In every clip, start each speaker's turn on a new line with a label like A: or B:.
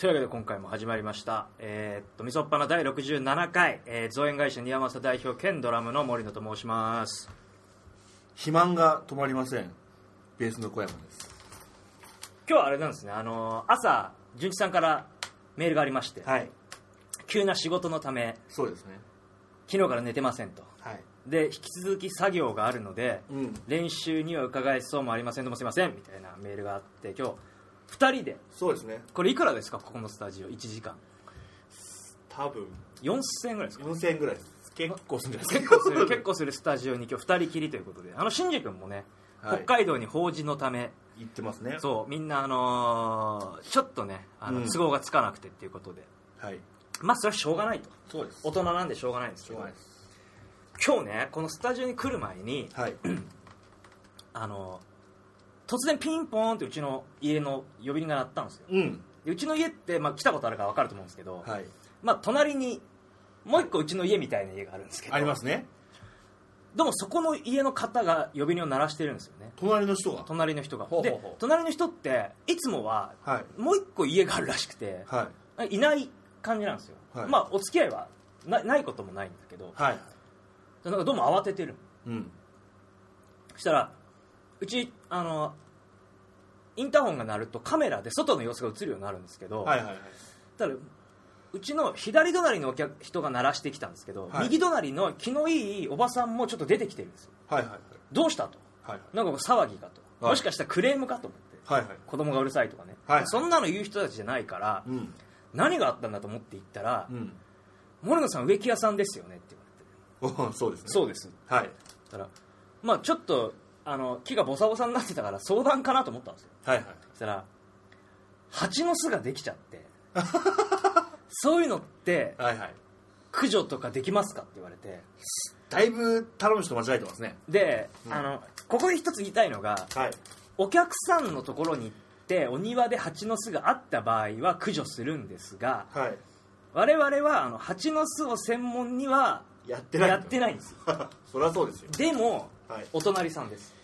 A: というわけで今回も始まりました、えーっとみそっぱの第67回、えー造園会社に山さ代表兼ドラムの森野と申します
B: 肥満が止まりませんベースの小山です
A: 今日はあれなんですねあのー朝純一さんからメールがありまして、
B: はい
A: 急な仕事のため
B: そうですね
A: 昨日から寝てませんと
B: はい
A: で引き続き作業があるので、
B: うん
A: 練習には伺えそうもありませんどうもすいませんみたいなメールがあって今日2人で
B: そうですね
A: これいくらですかここのスタジオ1時間
B: 多分
A: 4000円ぐらいですか
B: 4000円ぐらいです結構するんじゃない
A: 結構する結構するスタジオに今日2人きりということであの新次君もね、
B: はい
A: 北海道に法事のため
B: 言ってますね
A: そうみんなあのーちょっとねあの、
B: うん
A: 都合がつかなくてっていうことで
B: はい
A: まあそれはしょうがないと
B: そうです
A: 大人なんでしょうがないんです
B: し
A: け
B: ょう
A: ど
B: がないです
A: 今日ねこのスタジオに来る前に
B: はい
A: あの突然ピンポーンってうちの家の呼び鈴が鳴ったんですよ
B: うん
A: でうちの家って、まあ、来たことあるから分かると思うんですけど、
B: はい
A: まあ、隣にもう一個うちの家みたいな家があるんですけど
B: ありますね
A: でもそこの家の方が呼び鈴を鳴らしてるんですよね
B: 隣の人が
A: 隣の人が
B: ほうほうほう
A: で隣の人っていつもは
B: はい
A: もう一個家があるらしくて、、
B: はい
A: ない感じなんですよ、
B: はい
A: まあお付き合いはなないこともないんだけど
B: いはい
A: なんかどうも慌ててる
B: うん
A: そしたらうちあのインターホンが鳴るとカメラで外の様子が映るようになるんですけど、
B: はいはいはい
A: ただうちの左隣のお客人が鳴らしてきたんですけど、
B: はい
A: 右隣の気のいいおばさんもちょっと出てきてるんですよ
B: はいはいはい
A: どうしたと
B: はい
A: なんか騒ぎかと、
B: はい
A: もしかしたらクレームかと思って
B: はいはい
A: 子供がうるさいとかね、
B: はい
A: そんなの言う人たちじゃないから、
B: うん
A: 何があったんだと思って行ったら
B: う、ん
A: 森野さん植木屋さんですよねって言われて、
B: お そうですね
A: そうですって
B: はい
A: 言ったら、まあ、ちょっとあの木がボサボサになってたから相談かなと思ったんですよ
B: はいはい
A: そしたら蜂の巣ができちゃって そういうのって
B: はいはい
A: 駆除とかできますかって言われて
B: だいぶ頼む人間違えてますね
A: で、
B: うん
A: あのここで一つ言いたいのが
B: はい
A: お客さんのところに行ってお庭で蜂の巣があった場合は駆除するんですが
B: はい
A: 我々はあの蜂の巣を専門には
B: やってない
A: やってないんですよ
B: そりゃそうですよ
A: でも、
B: はい
A: お隣さんです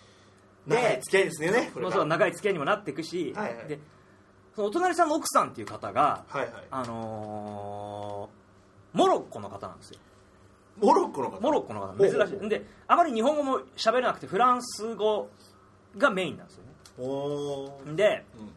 B: 長い付き合いですよねこれ
A: もう
B: が
A: そう長い付き合いにもなっていくし、
B: はいはい
A: でそのお隣さんの奥さんっていう方が、
B: はいはい
A: あのーモロッコの方なんですよ
B: モロッコの方
A: モロッコの方珍
B: ほうほう
A: し
B: ほ
A: いうであまり日本語も喋れなくてフランス語がメインなんですよね
B: おー
A: で
B: うん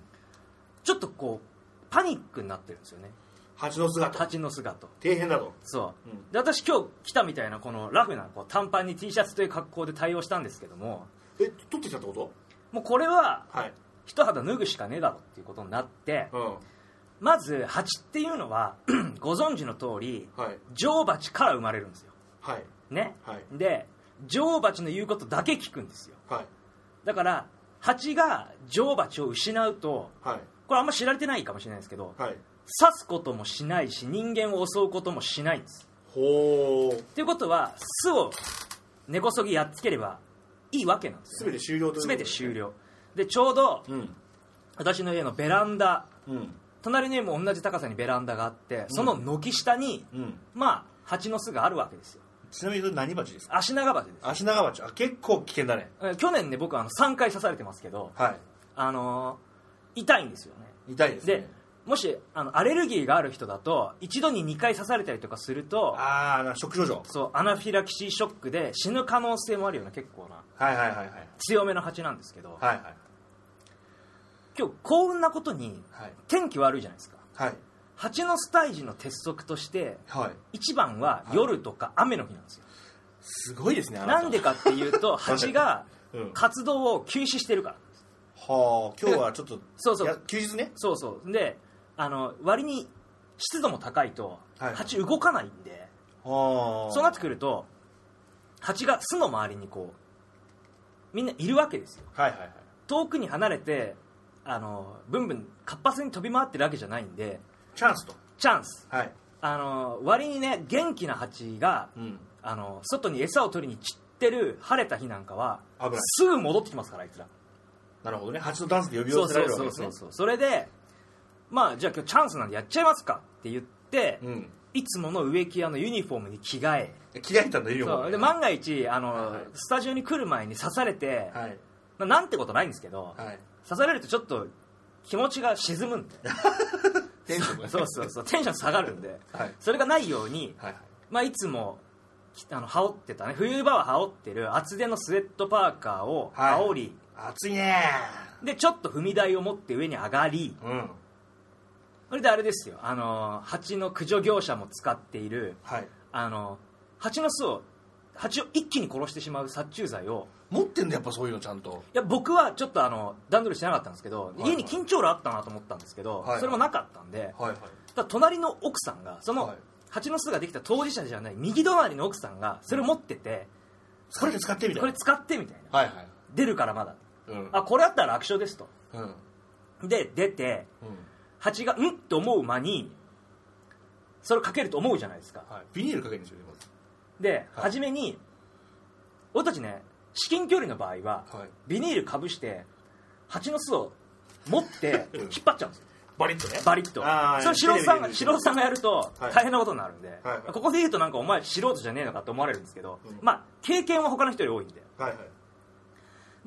A: ちょっとこうパニックになってるんですよね
B: 蜂の姿
A: 蜂の姿と
B: 底辺だと
A: そう、
B: うん
A: で私今日来たみたいなこのラフなこう短パンに T シャツという格好で対応したんですけども
B: え取ってきたってこと
A: もうこれは
B: はい
A: 一肌脱ぐしかねえだろっていうことになって
B: うん
A: まず蜂っていうのは ご存知の通り
B: はい
A: 女王蜂から生まれるんですよ
B: はい
A: ね、
B: はい
A: で女王蜂の言うことだけ聞くんですよ
B: はい
A: だから蜂が女王蜂を失うと
B: はい
A: これあんま知られてないかもしれないですけど
B: はい
A: 刺すこともしないし人間を襲うこともしないんです
B: ほう
A: ということは巣を根こそぎやっつければいいわけなんです
B: す
A: よ
B: べて終了ということ
A: 全て終了でちょうど
B: うん
A: 私の家のベランダ
B: うん
A: 隣の家も同じ高さにベランダがあってその軒下に、
B: うん
A: まあ蜂の巣があるわけですよ
B: ちなみにそれ何鉢ですか
A: 足長鉢です
B: 足長鉢あ結構危険だね
A: え去年ね僕あの3回刺されてますけど
B: は
A: あのー痛いんですよね
B: い痛いです
A: で
B: ね
A: もしあのアレルギーがある人だと一度に2回刺されたりとかすると
B: ああ食症状
A: そうアナフィラキシーショックで死ぬ可能性もあるような結構な
B: はいはいはいはい
A: 強めの蜂なんですけど、
B: はいはい
A: 今日幸運なことに
B: はい
A: 天気悪いじゃないですか
B: はい
A: 蜂の巣退治の鉄則として
B: はい
A: 一番は夜とか雨の日なんですよ、
B: すごいですねあた
A: なんでかっていう と蜂が
B: うん
A: 活動を休止してるから
B: はあ今日はちょっと
A: そうそう
B: や休日ね
A: そうそうであの割に湿度も高いと
B: はい
A: 蜂動かないんで、
B: はあ
A: そうなってくると蜂が巣の周りにこうみんないるわけですよ
B: はいはいはい
A: 遠くに離れてあのブンブン活発に飛び回ってるわけじゃないんで
B: チャンスと
A: チャンス
B: はい
A: あの割にね元気な蜂が
B: うん
A: あの外に餌を取りに散ってる晴れた日なんかは
B: 危ない
A: すぐ戻ってきますからあいつら
B: なるほどね蜂のダンスで呼び
A: そ
B: 寄
A: う
B: せ
A: そ
B: られ
A: う
B: るわけ
A: そ
B: で
A: う
B: す
A: そ
B: ね
A: うそうそれでまあじゃあ今日チャンスなんでやっちゃいますかって言って、
B: うん
A: いつもの植木屋のユニフォームに着替え
B: 着替えたんだよ
A: そうで
B: は
A: 万が一あの、
B: はい
A: スタジオに来る前に刺されて、
B: い
A: まあなんてことないんですけど、
B: はい
A: 刺されるとちょっと気持ちが沈むんでで
B: テンションが
A: そうそうそうテンション下がるんで
B: はい
A: それがないように、
B: はいはい
A: まあ、いつもきあの羽織ってたね冬場は羽織ってる厚手のスウェットパーカーを
B: はい
A: 羽織り、
B: 暑いね
A: でちょっと踏み台を持って上に上がり
B: ーうん
A: それであれですよあの蜂の駆除業者も使っている
B: はい
A: あの蜂の巣を蜂を一気に殺してしまう殺虫剤を
B: 持ってんだやっぱそういうのちゃんと
A: いや僕はちょっとあの段取りしてなかったんですけど、
B: いはい
A: 家に緊張炉あったなと思ったんですけど、
B: はいはい
A: それもなかったんで、
B: はいはい
A: ただ隣の奥さんがその、
B: はい
A: 蜂の巣ができた当事者じゃない右隣の奥さんがそれを持ってて、
B: これ使ってみたい
A: これ使ってみたいな
B: はいはい
A: 出るからまだ
B: うん
A: あこれあったら楽勝ですと
B: うんうん
A: で出て蜂がうんって思う間にそれをかけると思うじゃないですか
B: はいビニールかけるんですよねまず
A: で、
B: はい
A: 初めに俺たちね至近距離の場合は、
B: はい
A: ビニールかぶして蜂の巣を持って
B: うん
A: 引っ張っちゃうんですよ
B: バリッとね
A: バリッと
B: あー
A: それ白尾さんが
B: テレビで見る
A: 白尾さんがやると
B: はい
A: 大変なことになるんで、
B: はい
A: ここで言うとなんかお前素人じゃねえのかって思われるんですけど、
B: うん
A: まあ経験は他の人より多いんで
B: はいはい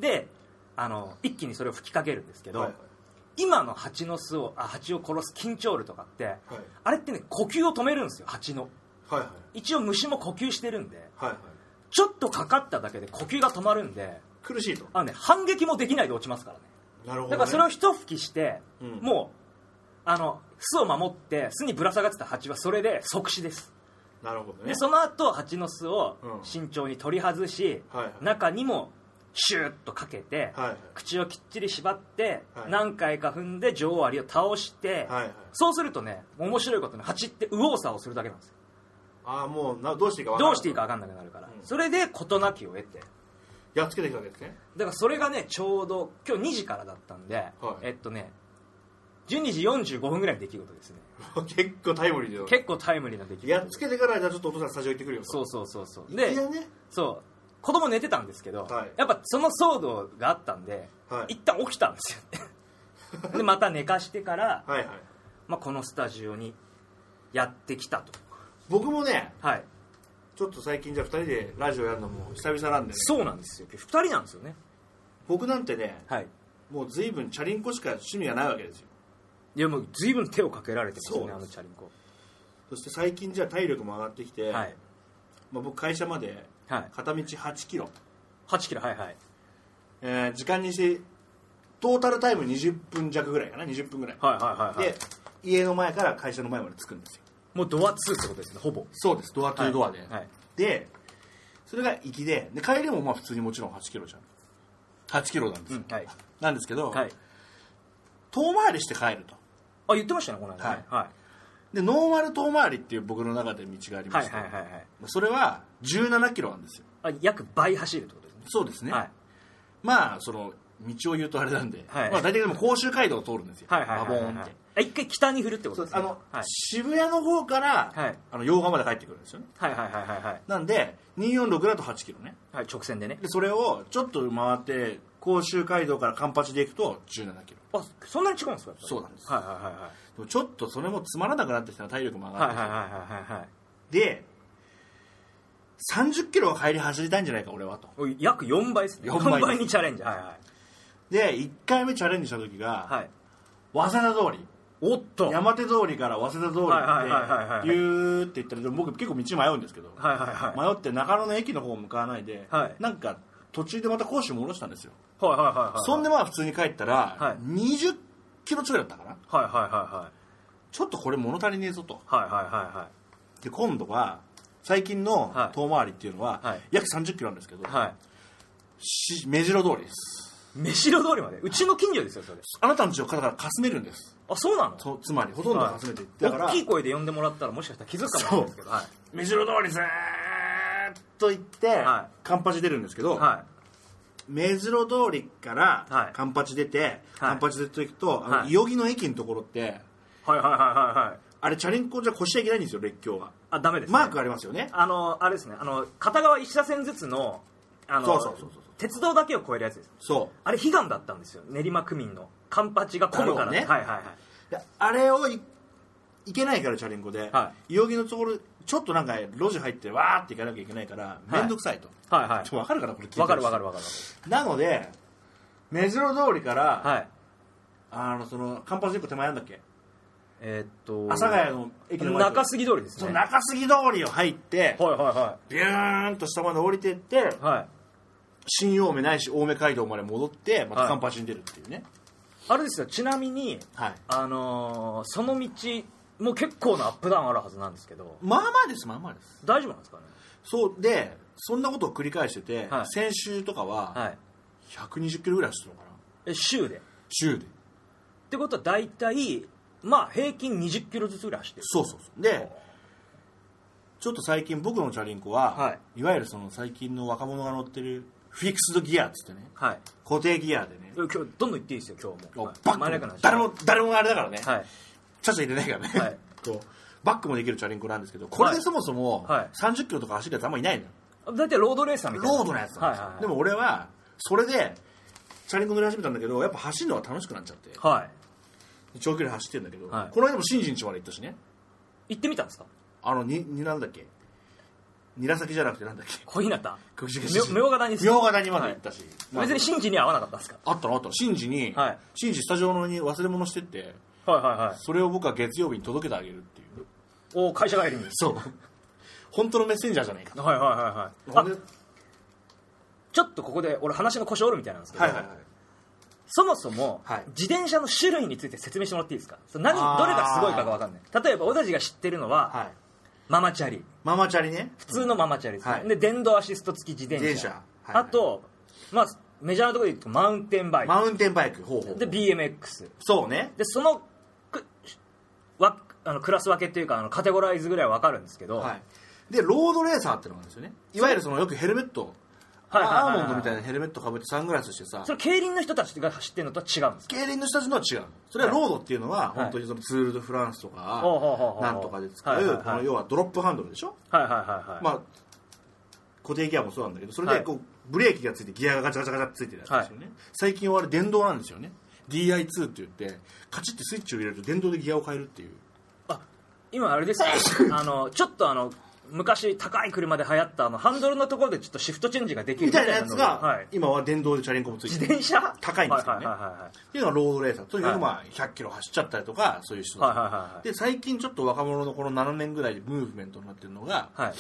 A: であの一気にそれを吹きかけるんですけど、
B: はいはい
A: 今の蜂の巣をあ蜂を殺す緊張ルとかって、
B: はい
A: あれってね呼吸を止めるんですよ蜂の
B: はいはい
A: 一応虫も呼吸してるんで
B: はいはい
A: ちょっとかかっただけで呼吸が止まるんで
B: 苦しいと
A: あの、ね、反撃もできないで落ちますからね
B: なるほ
A: だからそれを
B: は
A: 一吹きして、
B: うん
A: もうあの巣を守って巣にぶら下がってた蜂はそれで即死です
B: なるほど
A: でその後蜂の巣を
B: うん
A: 慎重に取り外し、
B: はいはい
A: 中にもシューッとかけて、
B: はいはい
A: 口をきっちり縛って、
B: はい
A: 何回か踏んで女王アリを倒して、
B: はいはい
A: そうするとね面白いことに蜂って右往左往するだけなんですよ
B: ああもうなどうしていいかわから
A: ど
B: な
A: うしていいか分かんなくなるから、
B: うん
A: それで事なきを得て
B: やっつけていくわけですね
A: だからそれがねちょうど今日2時からだったんで、えっとね12時45分ぐらいの出来事ですね
B: 結構タイムリーでよ
A: 結構タイムリーな出来事
B: やっつけてからじゃあちょっとお父さんスタジオ行ってくるよと
A: そうそうそうそう
B: い
A: で
B: やね
A: そう子供寝てたんですけど、
B: はい
A: やっぱその騒動があったんで、
B: はい
A: 一旦起きたんですよ でまた寝かしてから、
B: はいはい
A: まあ、このスタジオにやってきたと
B: 僕もね
A: はい
B: ちょっと最近じゃあ2人でラジオやるのも久々なんでね
A: そうなんですよ今日2人なんですよね
B: 僕なんてね
A: はい
B: もう随分チャリンコしか趣味がないわけですよ
A: いやもう随分手をかけられてますよね
B: そう
A: あのチャリンコ
B: そして最近じゃあ体力も上がってきて、
A: はい
B: まあ、僕会社まで
A: はい
B: 片道8キロ、
A: 8キロはいはい
B: えー時間にしてトータルタイム20分弱ぐらいかな20分ぐらい、
A: はいはいはいはい
B: で家の前から会社の前まで着くんですよ
A: もうドア2ってことですねほぼ
B: そうですドアトゥードアで、
A: はい
B: でそれが行きでで帰りもまあ普通にもちろん8キロじゃん8キロなんです
A: う
B: よ、
A: んはい
B: なんですけど、
A: はい
B: 遠回りして帰ると
A: あ言ってましたねこの間ねは
B: でノーマル遠回りっていう僕の中で道があり
A: い
B: ま
A: はい
B: して、
A: はいはいはい
B: それは17キロなんですよ
A: あ約倍走るってことですね
B: そうですね、
A: はい
B: まあその道を言うとあれなんで、
A: はい
B: まあ、大体でも甲州街道を通るんですよ、
A: はいはいはいはい
B: バボ
A: はい
B: ーン
A: は
B: っ
A: い
B: て
A: あ一回北に振るってこと
B: そう
A: です
B: あ
A: ね
B: の、
A: はい
B: 渋谷の方から、
A: はい
B: あの洋画まで帰ってくるんですよね
A: はいはいはいはいはい
B: なんで246だと8キロね
A: はい直線でね
B: でそれをちょっと回って甲州街道からカンパチで行くと17キロ
A: あそんなに違うんですかやっぱり
B: そうなんです
A: はいはいはいはい
B: でもちょっとそれもつまらなくなってきたら体力も上が
A: は
B: っ
A: い
B: て
A: はい
B: きて、
A: はいはいはいはい
B: で30キロは帰り走りたいんじゃないか俺はと
A: おい約4倍ですね
B: 4倍です
A: 4倍にチャレンジはいはい
B: で1回目チャレンジした時が、
A: はい
B: 早稲田通り
A: おっとはい
B: 山手通りから早稲田通り
A: はいはいはいはいはい
B: ってビューって言ったらでも僕結構道迷うんですけど、
A: はいはい
B: 迷って中野の駅の方を向かわないで、
A: はい
B: なんか途中でまた甲州戻したんですよ、
A: はいはいはいはい
B: そんでまあ普通に帰ったら、
A: はい
B: 20キロちょいだったかな
A: はいはいは
B: ちょっとこれ物足りねえぞと
A: いはいはいはいはいはい
B: で今度は最近の
A: はい
B: 遠回りっていうのは、
A: はい
B: 約30キロなんですけど、
A: はい。
B: し目白通りです
A: 目白通りまで。うちの近所ですよ、それ。
B: あなたの家を肩からかすめるんです
A: あ、そうなの
B: とつまりほとんどかすめていって、だから
A: 大きい声で呼んでもらったらもしかしたら気づくかもしれないですけど。はい。
B: 目白通りずーっと行って、
A: は
B: カンパチ出るんですけど、
A: は
B: 目白通りか
A: は
B: ら
A: い
B: カンパチ出て、カンパチ出ていくと、あの
A: はい
B: 代々木の駅のところって
A: い。はいはいはいはいはい。
B: あれチャリンコじゃ越しちゃいけないんですよ列強は、
A: あ、ダメです、ね。
B: マークありますよね
A: あの、あれですね。あの、片側一車線ずつの、あの、
B: そうそうそうそう
A: 鉄道だけを越えるやつです。
B: そ
A: あれ悲願だったんですよ。練馬区民の。カンパチが混むから
B: これをね
A: はいはいはい。
B: うであれをいいけないからチャリンコで、
A: は
B: 代々木のところちょっとなんか路地入ってわーって行かなきゃいけないから
A: い
B: 面倒くさいと、
A: はいは
B: ちょっとわかるかなこれ聞いて
A: い。わかるわか
B: る
A: るわかる。
B: 人なので目白通りから、
A: はい。
B: あのそのカンパチ1個手前なんだっけ
A: えーっと
B: 阿佐ヶ谷の駅の前
A: 中杉通りです
B: そう
A: ね
B: 中杉通りを入って
A: はいはいは
B: ビューンと下まで降りてって
A: いはい
B: 新青梅ないし青梅街道まで戻ってまた
A: はい
B: カンパチに出るっていうね
A: あれですよちなみに
B: はい
A: あのーその道もう結構なアップダウンあるはずなんですけど
B: まあまあですまあまあです
A: 大丈夫なんですかね
B: そうでそんなことを繰り返してて、
A: はい
B: 先週とかは
A: はい
B: 120キロぐらい走ったのかな
A: え週でっ
B: 週で
A: てことは大体まあ平均20キロずつぐらい走ってる
B: そうそうそうでちょっと最近僕のチャリンコは、、
A: はい
B: わゆるその最近の若者が乗ってるフィクスドギアっつってね
A: はい
B: 固定ギアでね
A: 今日どんどん行っていいですよ今日も、
B: こ
A: は
B: う
A: い
B: バ
A: 真ん
B: ッ
A: 中
B: ク
A: の
B: も
A: 話
B: 誰も誰もあれだからね、
A: はい
B: ちゃちゃ入れないからね、
A: はい
B: こうバックもできるチャリンコなんですけどこれでそもそも
A: はい
B: 30キロとか走るやつあんまいないのよ
A: 大体ロードレーサーみたいな
B: ロードのやつな
A: は
B: んで
A: い
B: すよ、
A: はい
B: でも俺はそれでチャリンコ乗り始めたんだけどやっぱ走るのは楽しくなっちゃって
A: はい
B: 長距離走ってるんだけど、
A: はい
B: この間も新人地まで行ったしね
A: 行ってみたんですか
B: あのにになんだっけ韮崎じゃなくてなんだっけ
A: 小日向
B: 黒字
A: みょうが谷です
B: 茗ヶ谷まで行ったし、まあ
A: 別に真治には合わなかったんですか
B: あったのあったの真治に、
A: はい
B: 真治スタジオのに忘れ物してって
A: はいはいはい
B: それを僕は月曜日に届けてあげるっていう
A: お会社帰りに
B: そう本当のメッセンジャーじゃないか
A: はいはいはい
B: な
A: は
B: ん
A: い
B: で
A: あちょっとここで俺話の腰折るみたいなんですけど、
B: はいはいはい
A: そもそも、
B: はい
A: 自転車の種類について説明してもらっていいですかその何
B: あー
A: どれがすごいかが分かんない例えば俺たちが知ってるのは、
B: はい
A: ママチャリ
B: ママチャリね
A: 普通のママチャリですね、
B: はい
A: で電動アシスト付き自転車
B: 自転車はい
A: あと、まあ、メジャーなところで言うとマウンテンバイ
B: マウンテンバイクほうほう
A: クで BMX
B: そうね
A: でそのくわあのクラス分けっていうかあのカテゴライズぐらい分かるんですけど、
B: はいでロードレーサーってのがあるんですよねいわゆるそのよくヘルメットア
A: はいはいはいはい
B: ーモンドみたいなヘルメットかぶってサングラスしてさ
A: それ競輪の人たちが走ってるのとは違うんですか
B: 競輪の人たちのは違うのそれはロードっていうのは本当にそのツール・ド・フランスと
A: ほうほうほう
B: か
A: ほう
B: なんとかで使
A: はいはいうはい
B: この要はドロップハンドルでしょ
A: はいはいはいはい、
B: まあ、固定ギアもそうなんだけどそれでこう、ブレーキがついてギアがガチャガチャガチャってついてるやつですよね、最近はあれ電動なんですよね DI2 って言ってカチッてスイッチを入れると電動でギアを変えるっていう
A: あ今あれですよ あのちょっとあの昔高い車で流行ったあのハンドルのところでちょっとシフトチェンジができる
B: み
A: み
B: た
A: た
B: い
A: いな
B: なや
A: の
B: つが、
A: はい、
B: 今は電動でチャリンコもついて
A: 自
B: る
A: 転車
B: 高いんですよね
A: はいはいはいはい
B: っていうのはロードレーサーとにか
A: は
B: く
A: い
B: まあ100キロ走っちゃったりとかそういう人たち
A: はいはいはいはい
B: で最近ちょっと若者のこの7年ぐらいでムーブメントになってるのが
A: はい、はい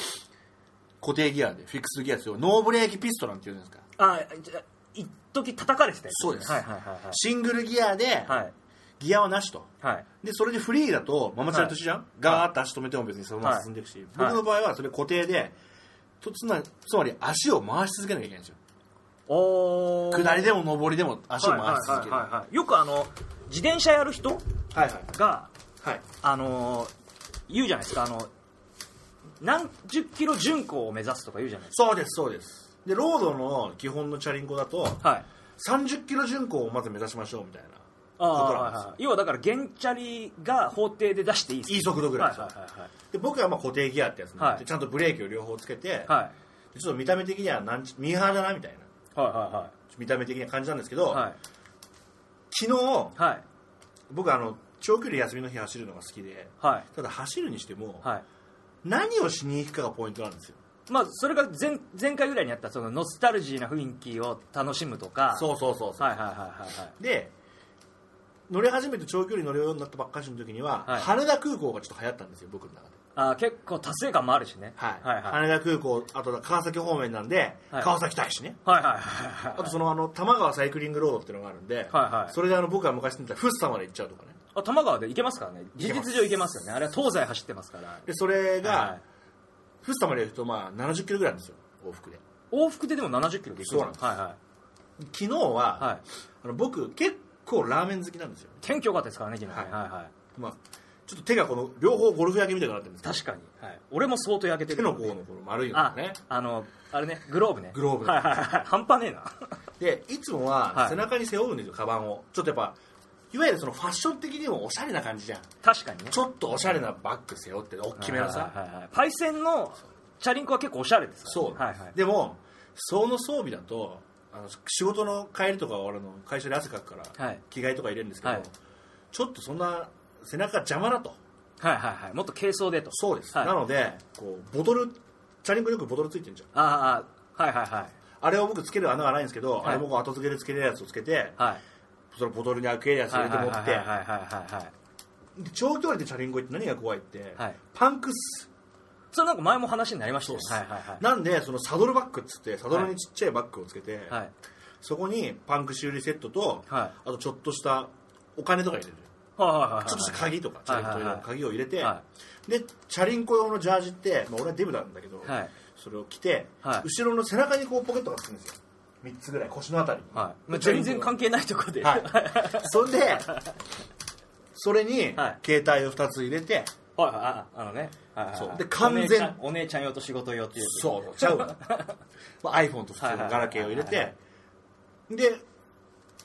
B: 固定ギアでフィックスギアですよノーブレーキピストなんていうんですか
A: あじゃあ一時叩かれてたやつ
B: そうです
A: はいはいはいはい
B: シングルギアで
A: はい
B: ギアはなしと、
A: はい
B: でそれでフリーだとママチャリと一緒じゃん、ガーッと足止めても別にそのまま進んでいくし、僕の場合はそれ固定でとつまりつまり足を回し続けなきゃいけないんですよ
A: おー
B: 下りでも上りでも足を回し続ける
A: はい
B: は
A: はいはいはいよくあの自転車やる人
B: いはい
A: が
B: はい
A: あのー言うじゃないですかあの何十キロ巡航を目指すとか言うじゃないです
B: そうですそうですでロードの基本のチャリンコだと
A: かはい
B: 30キロ巡航をまず目指しましょうみたいな
A: ああ
B: ことなんですよ
A: はいはい要はだから原チャリが法廷で出していいです
B: いい速度ぐらいです
A: はいはいはい
B: で僕はまあ固定ギアってやつなんで、
A: はい
B: ちゃんとブレーキを両方つけて、
A: はい
B: ちょっと見た目的にはなんちミーハーだなみたいな
A: はいは
B: 見た目的な感じなんですけど、
A: いはいはい
B: 昨日
A: はい
B: 僕あの長距離休みの日走るのが好きで
A: はい
B: ただ走るにしても、
A: はい
B: 何をしに行くかがポイントなんですよ
A: まあそれが前前回ぐらいにあったそのノスタルジーな雰囲気を楽しむとか
B: そうそうそうそう、
A: はいはいはいはいはい
B: で乗り始めて長距離乗るようになったばっかしの時には、
A: はい
B: 羽田空港がちょっと流行ったんですよ僕の中で、
A: あー結構達成感もあるしね
B: はい
A: はいはいはい
B: 羽田空港あと川崎方面なんで、
A: はい
B: 川崎大使ね
A: はいはいはい
B: あとそのあの多摩川サイクリングロードっていうのがあるんで、
A: はいはい
B: それであの僕が昔住んでたフッサまで行っちゃうとかね
A: あ多摩川で行けますからね事
B: けます
A: 実上行けますよねあれは東西走ってますから
B: でそれが、
A: はい
B: フッサまで行くとまあ70キロぐらいなんですよ往復で
A: 往復ででも70キロで行く
B: そうなんです
A: はいは
B: 昨日は、
A: いはい
B: あの僕結構ラーメン好きなんですよ、
A: 天気良かったですからね昨日ね
B: は
A: はいいはい
B: まあ、ちょっと手がこの両方ゴルフ焼けみたいになってるんですけど
A: 確かに、はい、俺も相当焼けて
B: 手
A: る
B: の甲のこの丸いの
A: あ
B: がね
A: あのあれねグローブね
B: グローブ
A: はいはいはい半端ねえな
B: でいつも
A: は
B: はい背中に背負うんですよカバンをちょっとやっぱいわゆるそのファッション的にもおしゃれな感じじゃん
A: 確かにね
B: ちょっとおしゃれなバッグ背負って大きめな
A: は
B: さ
A: いはいはいパイセンのチャリンコは結構おしゃれですから
B: そ
A: ね
B: う、
A: はいはい
B: でもその装備だとあの仕事の帰りとかは俺の会社で汗かくから、
A: はい
B: 着替えとか入れるんですけど、
A: はい
B: ちょっとそんな背中邪魔だと
A: はいはいはいもっと軽装でと
B: そうです、
A: はい
B: なのでこうボトルチャリンコよくボトルついてるじゃん
A: ああはいはいはい
B: あれを僕つける穴がないんですけど、
A: い
B: あれ僕後付けでつけれるやつをつけて、
A: はい
B: そのボトルに開けるやつを
A: は
B: 入
A: い
B: れて持って、
A: はいはいはいはいはいはい
B: で長距離でチャリンコ行って何が怖いって、
A: はい
B: パンクっす
A: それなんか前も話になりましたよ
B: そう
A: は
B: っ
A: い
B: す
A: はいはい
B: なんでそのサドルバッグっつってサドルにちっちゃいバッグをつけて、
A: はい
B: そこにパンク修理セットと、
A: はい
B: あとちょっとしたお金とか入れる
A: はいはいはいはい
B: ちょっとした鍵とか、チャリンコ用の鍵を入れて、
A: は
B: でチャリンコ用のジャージって、まあ、俺はデブなんだけど、
A: はい
B: それを着て、
A: はい
B: 後ろの背中にこうポケットがつくんですよ3つぐらい腰のあたりに、
A: はいまあ全然関係ないとこで
B: は
A: はい
B: そんでそれに
A: はい
B: 携帯を2つ入れて、
A: はいああのねはいはいはい
B: そうで完全
A: お姉ちゃんお姉ちゃん用と仕事用っていう
B: そうちゃうわ、まあ、iPhone と普通のガラケーを入れ
A: はいは
B: てで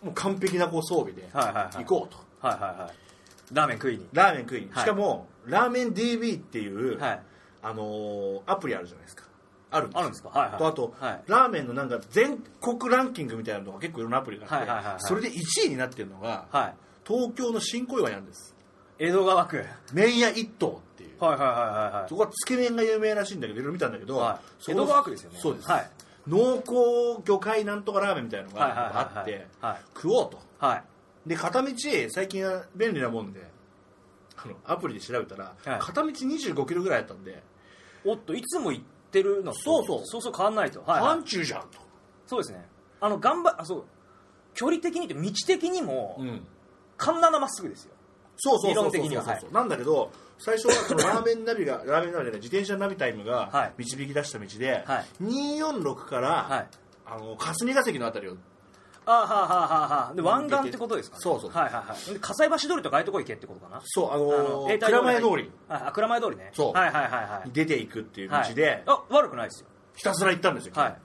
B: もう完璧なこう装備で
A: はいはいは
B: 行
A: い
B: こうと
A: はいはいはいラーメン食いに
B: ラーメン食いに、
A: はい
B: しかもラーメン DB っていう、
A: はい
B: あのーアプリあるじゃないですかあるんです
A: あるんですかはいはい
B: とあと、
A: はい
B: ラーメンのなんか全国ランキングみたいなのが結構いろんなアプリがあって、
A: はいはいはいはい
B: それで1位になってるのが、
A: はい
B: 東京の新小岩にあるんです
A: 江戸川区はい
B: 麺屋一棟っていう
A: はいはいはいはい
B: そこはつけ麺が有名らしいんだけどいろいろ見たんだけど、
A: はい
B: そこ
A: 江戸川区ですよね
B: そうです、
A: はい
B: 濃厚魚介なんとかラーメンみたいなの
A: はいはいはい
B: があっ
A: はい
B: て
A: はい
B: 食おうと
A: はい
B: で片道最近は便利なもんであのアプリで調べたら、
A: はい
B: 片道2 5キロぐらいあったんで
A: おっといつも行ってるのと
B: そうそう
A: そうそう変わんないとはいはい
B: 範疇じゃんと、
A: そうですねあの頑張あそう距離的にって道的にも
B: うん
A: 環七まっすぐですよ
B: そうそう
A: 理
B: そう
A: 論
B: そうそう
A: 的にははい
B: なんだけど最初はそのラーメンナビが ラーメンナビじゃない自転車ナビタイム
A: は
B: が
A: い
B: 導き出した道で、
A: はい
B: 246から、
A: はい
B: あの霞が関のあたりを
A: あーはあはあはあはあで湾岸ってことですかね
B: そうそう
A: はいはいはいで葛西橋通りとかああいうとこ行けってことかな
B: そうあ
A: あ
B: の
A: 永代
B: 蔵前通り
A: ああ蔵前通りね
B: そう
A: はいはいはいはい
B: に出ていくっていう
A: はい
B: 道で、
A: あ悪くないですよ
B: ひたすら行ったんですよ、
A: は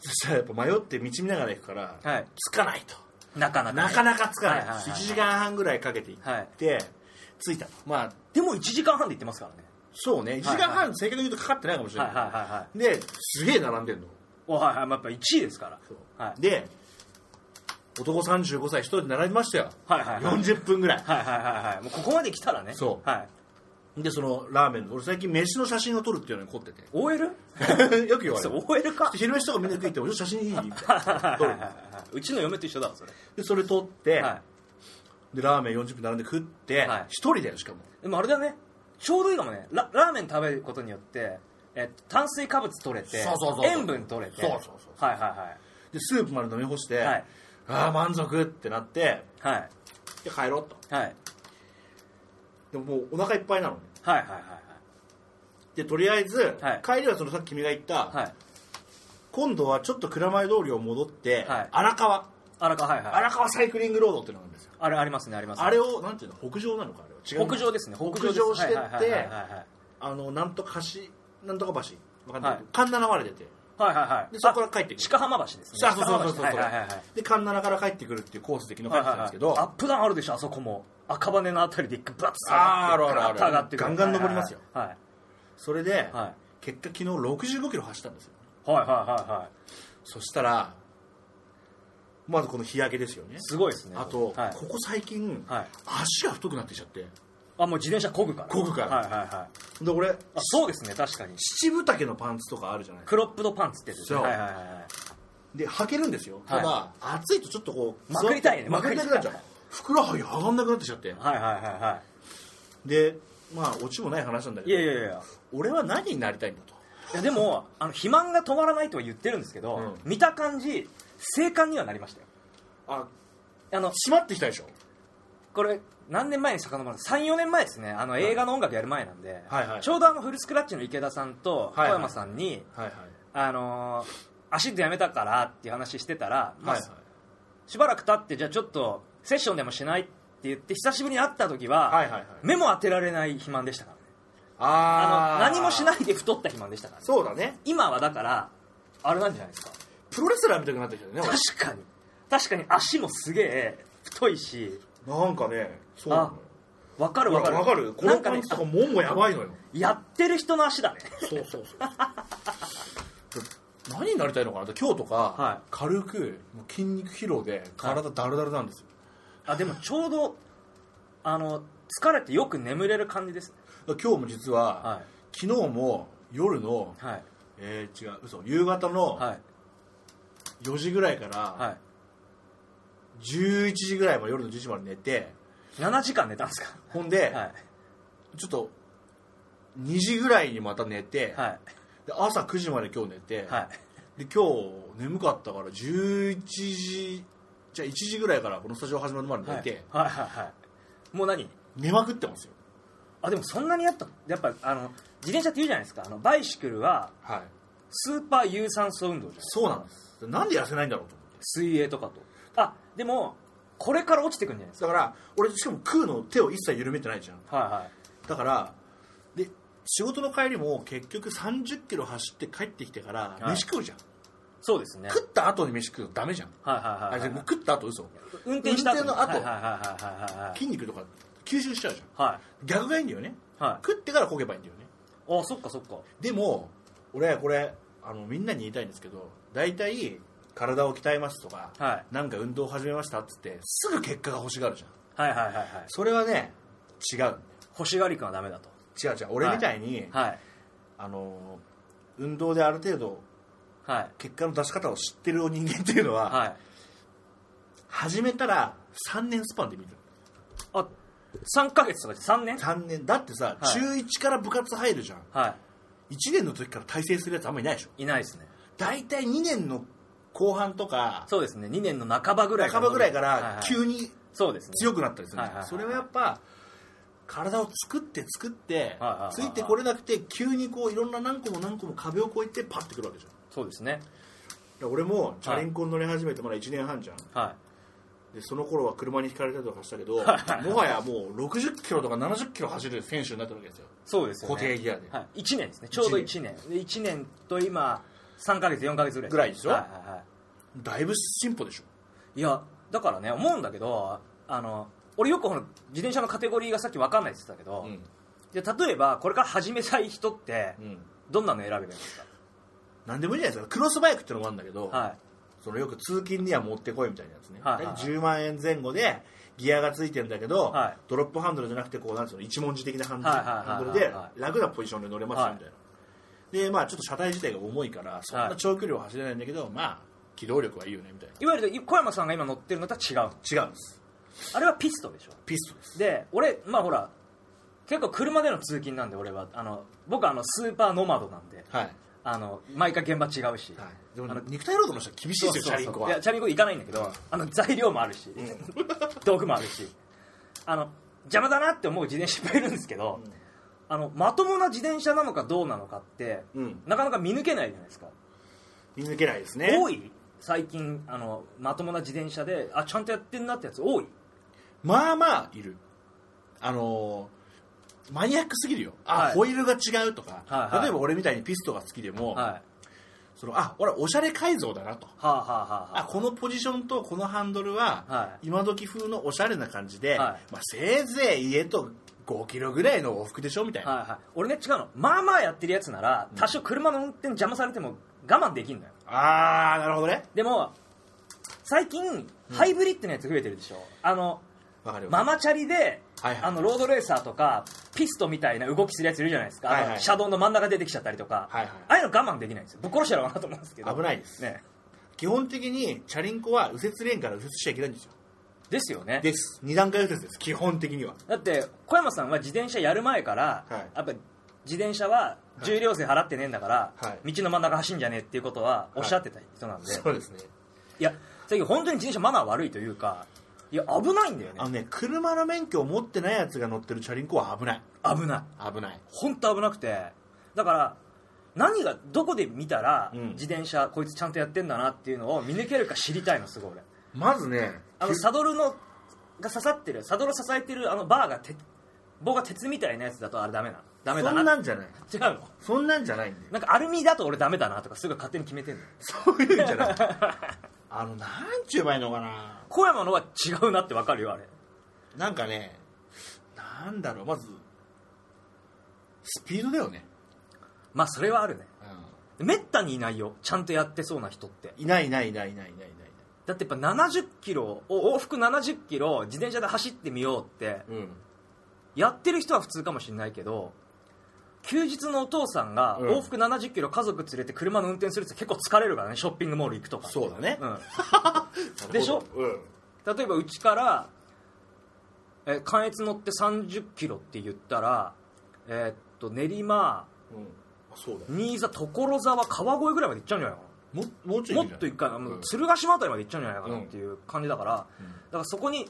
B: そしたらやっぱ迷って道見ながら行くから、
A: いはい
B: 着かないと
A: なかなか
B: なかなか着かない,、
A: はいはいはい
B: 1時間半ぐらいかけて行って、着いたのまあ
A: でも1時間半で行ってますからね
B: そうね1時間半、正確に言うとかかってないかもしれ
A: は
B: ないい、
A: はいはいはい
B: ですげえ並んでるの
A: おはいはいまあやっぱ1位ですからはい
B: で男35歳一人で並びましたよ、
A: はいはいはい
B: 40分ぐらい
A: はいはいはいはいもうここまで来たらね
B: そう
A: はい
B: でそのラーメン俺最近飯の写真を撮るっていうのに凝っ てて
A: OL?
B: よく言われ
A: そ
B: る
A: う OL か
B: 昼飯とかみんな食いって俺写真いいみたいな撮る
A: うちの嫁と一緒だわそれ
B: でそれ撮って、
A: は
B: でラーメン40分並んで食って一、
A: はい
B: 人だよしかも
A: いでもあれだねちょうどいいかもねララーメン食べることによってえっと炭水化物取れて
B: そうそうそう
A: 塩分取れて
B: そうそうそうそ
A: はいは
B: でスープまで飲み干して、
A: いはいはい
B: ああ満足ってなって
A: はい
B: で帰ろうと
A: はい
B: でももうお腹いっぱいなのね
A: はいはいはい
B: でとりあえず、
A: はい
B: 帰りはそのさっき君が言った、
A: はいはい
B: 今度はちょっと蔵前通りを戻って、
A: はい
B: 荒川
A: 荒川はいはい
B: 荒川サイクリングロードっていうのがあるんですよ
A: あれありますねありますね
B: あれをなんていうの北上なのかあれは違うの
A: 北上ですね
B: 北
A: です
B: 上してって
A: はいはいはいはい
B: あのなんとか橋なんとか橋わかんない、
A: はい
B: 神奈川まで出て
A: はいはいはい
B: でそこから帰ってくる
A: あ鹿浜橋ですね
B: そうそうそうそうそう
A: 鹿浜橋はいはいはいはい
B: で神奈川から帰ってくるっていうコースで昨日
A: は
B: 帰っ
A: い
B: て
A: は
B: た
A: い
B: んで
A: はい
B: すけど、
A: アップダウンあるでしょあそこも赤羽のあたりで一回ブラッと下
B: あー
A: が
B: ある
A: っ
B: あ
A: て
B: るあ
A: ガ
B: る
A: ッと上がってくる
B: ガンガン登りますよ
A: はいはい
B: それで、
A: はい
B: 結果昨日65キロ走ったんですよ
A: はいはいはいはい
B: そしたらまずこの日焼けですよね
A: すごいですね
B: あと、
A: はい
B: ここ最近、
A: はい
B: 足が太くなってきちゃって
A: あもう自転車漕ぐから
B: 漕ぐから
A: はいはいはいあ
B: で俺
A: そうですね確かに
B: 七分丈のパンツとかあるじゃないですか
A: クロップドパンツってやつですね
B: そう
A: はいはいはいはい
B: で履けるんですよ、
A: はい
B: ただ暑いとちょっとこう
A: まくりたいね
B: 座ってまくりたくなっちゃう
A: ま
B: ふくらはぎ上がんなくなってきちゃって
A: はいはいはいは
B: でまあオチもない話なんだ
A: いいや
B: け
A: い
B: ど
A: やいやいや
B: 俺は何になりたいんだと
A: いやでもあの肥満が止まらないとは言ってるんですけど、
B: うん
A: 見た感じ性感にはなりましたよ
B: あ
A: あの
B: 締まってきたでしょ
A: これ何年前に遡る34年前ですねあの映画の音楽やる前なんで、
B: はいはい
A: ちょうどあのフルスクラッチの池田さんと小
B: はいはい
A: 山さんに、
B: はいはい
A: あのーアシッドやめたからっていう話してたら、まあ
B: はいはい
A: しばらく経ってじゃあちょっとセッションでもしないって言って久しぶりに会った時は、
B: はいはいはい
A: 目も当てられない肥満でしたからねあ
B: あ
A: の何もしないいで太った肥満でしたから、ね、
B: そうだね
A: 今はだからあれなんじゃないですか
B: プロレスラーみたいになってきたよね俺
A: 確かに確かに足もすげえ太いし
B: なんかねそうなのよ
A: わかる
B: ほ
A: わからる
B: わかるこ
A: な
B: の
A: んか
B: パ
A: ね
B: ンツとかももやばいのよ
A: やってる人の足だね
B: そうそうそう何になりたいのかなって今日とか
A: は
B: 軽くもう筋肉疲労で体ダルダルなんですよ
A: あでもちょうどあの疲れてよく眠れる感じですね
B: 今日も実は、
A: は
B: 昨日も夜の、
A: いはい
B: えー、違う嘘夕方の
A: はい
B: 4時ぐらいから
A: はい
B: 11時ぐらいまで夜の11時まで寝て
A: 7時間寝たんですか
B: ほんで、
A: は
B: ちょっと2時ぐらいにまた寝て、
A: いはい
B: で朝9時まで今日寝て、
A: はい
B: で今日眠かったから11時じゃあ1時ぐらいからこのスタジオ始まるまで
A: はい
B: 寝て、
A: はいはいはいもう何
B: 寝まくってますよ
A: あでもそんなにやったやっぱあの自転車って言うじゃないですかあのバイシクルは
B: はい
A: スーパー有酸素運動じゃないですか
B: そうなんですなんで痩せないんだろうと思って
A: 水泳とかとあでもこれから落ちてくんじゃないです
B: だから俺しかも食うの手を一切緩めてないじゃん
A: かはいはい
B: だからで仕事の帰りも結局3 0キロ走って帰ってきてから
A: はい
B: 飯食うじゃん、
A: そうですね
B: 食った後に飯食うのダメじゃん、
A: はいはい
B: あ
A: はいは
B: じゃ
A: い
B: あもう食った後嘘
A: 運転した後
B: 運転の後
A: はいはいはいはいはい
B: 筋肉とか吸収しちゃうじゃん
A: はい
B: 逆がいいんだよね
A: は
B: 食ってから焦げばいいんだよね
A: いあそっかそっか
B: でも俺これあのみんなに言いたいんですけど大体体を鍛えますとか、
A: は
B: なんか運動を始めましたっつってすぐ結果が欲しがるじゃん
A: いはいはいはいはい
B: それはね違うんだよ
A: 欲しがりくんはダメだと
B: 違う違う俺みたいに、
A: はい
B: あの運動である程度
A: はい
B: 結果の出し方を知ってる人間っていうのは、
A: はい
B: 始めたら3年スパンで見る
A: あ三3ヶ月とかじゃ3年
B: 3年だってさ、
A: はい
B: 中1から部活入るじゃん
A: は
B: 1年の時から体制するやつあんまりいないでしょ
A: いいないですね
B: 大体2年の後半とか
A: そうですね2年の半ばぐらい
B: 半ばぐらいか
A: はいは
B: ら
A: い
B: 急に
A: そうですね
B: 強くなったりする
A: はいはいはい
B: それはやっぱ体を作って作って
A: はいはいはい
B: ついてこれなくて急にこういろんな何個も何個も壁を越えてパッてくるわけじゃん
A: そうですね
B: いや俺もチャリンコに乗り始めてまだ1年半じゃん
A: は
B: でその頃は車にひかれたりとかしたけどもはやもう60キロとか70キロ走る選手になったわけですよ
A: いそうですよね
B: 固定ギアで
A: はい、1年ですねちょうど1年で1年と今3か月4か月ぐらい
B: ぐらいでしょ
A: はいはいは
B: だいぶ進歩でしょ
A: い、いやだからね思うんだけどあの俺よくこの自転車のカテゴリーがさっき分かんないって言ってたけど、で例えばこれから始めたい人って
B: うん
A: どんなの選べばいいんですか、
B: 何でもいいじゃないですかクロスバイクってのもあるんだけど、
A: は
B: そのよく通勤には持ってこいみたいなやつね、
A: はいはい
B: 大体10万円前後でギアがついてんだけど、
A: はい
B: ドロップハンドルじゃなくてこうなんつうの一文字的なハンドル,、
A: はいはいはいはい
B: ハンドルで楽なポジションで乗れますよみたいな、でまあちょっと車体自体が重いからそんな長距離は走れないんだけど、まあ機動力はいいよねみたい
A: い、いわゆる小山さんが今乗ってるのとは違う
B: な違うんです
A: あれはピストでしょ
B: ピストです
A: で俺まあほら結構車での通勤なんで俺はあの僕はあのスーパーノマドなんで
B: はい、
A: あの毎回現場違うし、
B: はい、でも
A: あの
B: 肉体労働の人は厳しいですよチャリンコはい
A: やチャリンコ行かないんだけどあの材料もあるし、道具もあるしあの邪魔だなって思う自転車いっぱいいるんですけど、
B: うん
A: あのまともな自転車なのかどうなのかって、
B: うん
A: なかなか見抜けないじゃないですか
B: 見抜けないですね
A: 多い最近あのまともな自転車であちゃんとやってんなってやつ多い
B: まあまあいるあのーマニアックすぎるよあ、
A: はい
B: ホイールが違うとか、
A: はいはい
B: 例えば俺みたいにピストが好きでも、
A: はい
B: そのあ俺おしゃれ改造だなと
A: はあはあ
B: あ
A: は
B: このポジションとこのハンドルは、
A: は
B: 今時風のおしゃれな感じで、
A: は
B: まあ、せいぜい家と5キロぐらいの往復でしょみたい
A: あ
B: な、
A: はいはい俺ね違うのまあまあやってるやつなら多少車の運転邪魔されても我慢できんのよ
B: ああなるほどね
A: でも最近ハイブリッドのやつ増えてるでしょ、あの
B: わかるよ
A: ママチャリで、
B: はいはい
A: あのロードレーサーとかピストみたいな動きするやついるじゃないですか、
B: はいはい
A: あの車道の真ん中出てきちゃったりとか、
B: はいはい
A: ああいうの我慢できないんですよぶっ殺してやろうかなと思うんですけど
B: 危ないです
A: ね
B: 基本的にチャリンコは右折レーンから右折しちゃいけないんですよ
A: ですよね
B: です2段階右折です基本的には
A: だって小山さんは自転車やる前から、
B: はい
A: やっぱ自転車は重量税払ってねえんだから、
B: はい
A: 道の真ん中走んじゃねえっていうことはおっしゃってた人なんで、
B: そうですね
A: いや最近本当に自転車マナー悪いというかいや危ないんだよね
B: あのね車の免許を持ってないやつが乗ってるチャリンコは危ない
A: 危ない
B: 危ない
A: 本当危なくてだから何がどこで見たら
B: うん
A: 自転車、こいつちゃんとやってんだなっていうのを見抜けるか知りたいのすごい俺
B: まずね
A: あのサドルのが刺さってるサドルを支えてるあのバーが鉄棒が鉄みたいなやつだとあれダメなのダ
B: そ
A: メ
B: ん
A: だ
B: な
A: なん
B: じゃない
A: 違うの
B: そんなんじゃないんだよ
A: なんかアルミだと俺ダメだなとかすぐ勝手に決めてんの
B: そういうんじゃないあのなんちゅうばいいのかな
A: 小山のは違うなってわかるよあれ
B: なんかねなんだろうまずスピードだよね、
A: まあそれはあるねめったにいないよちゃんとやってそうな人って
B: いないいないいないいないいないいない
A: だってやっぱ70キロを往復70キロを自転車で走ってみようって
B: うん
A: やってる人は普通かもしれないけど休日のお父さんが
B: うん
A: 往復7 0キロ家族連れて車の運転するって結構疲れるからねショッピングモール行くとか
B: そうだね
A: う、ん、
B: なるほど
A: でしょ
B: うん
A: 例えばうちからえー関越乗って30キロって言ったら、えーっと練馬
B: うんあそうだよ
A: 新座所沢川越ぐらいまで行っちゃうんじゃないか
B: ももうちょい
A: な
B: 行
A: もっ
B: くじ
A: と
B: ゃ
A: 行
B: ん
A: くかな、もう
B: うん
A: 鶴ヶ島あたりまで行っちゃうんじゃないかなっていう感じだから、だからそこに、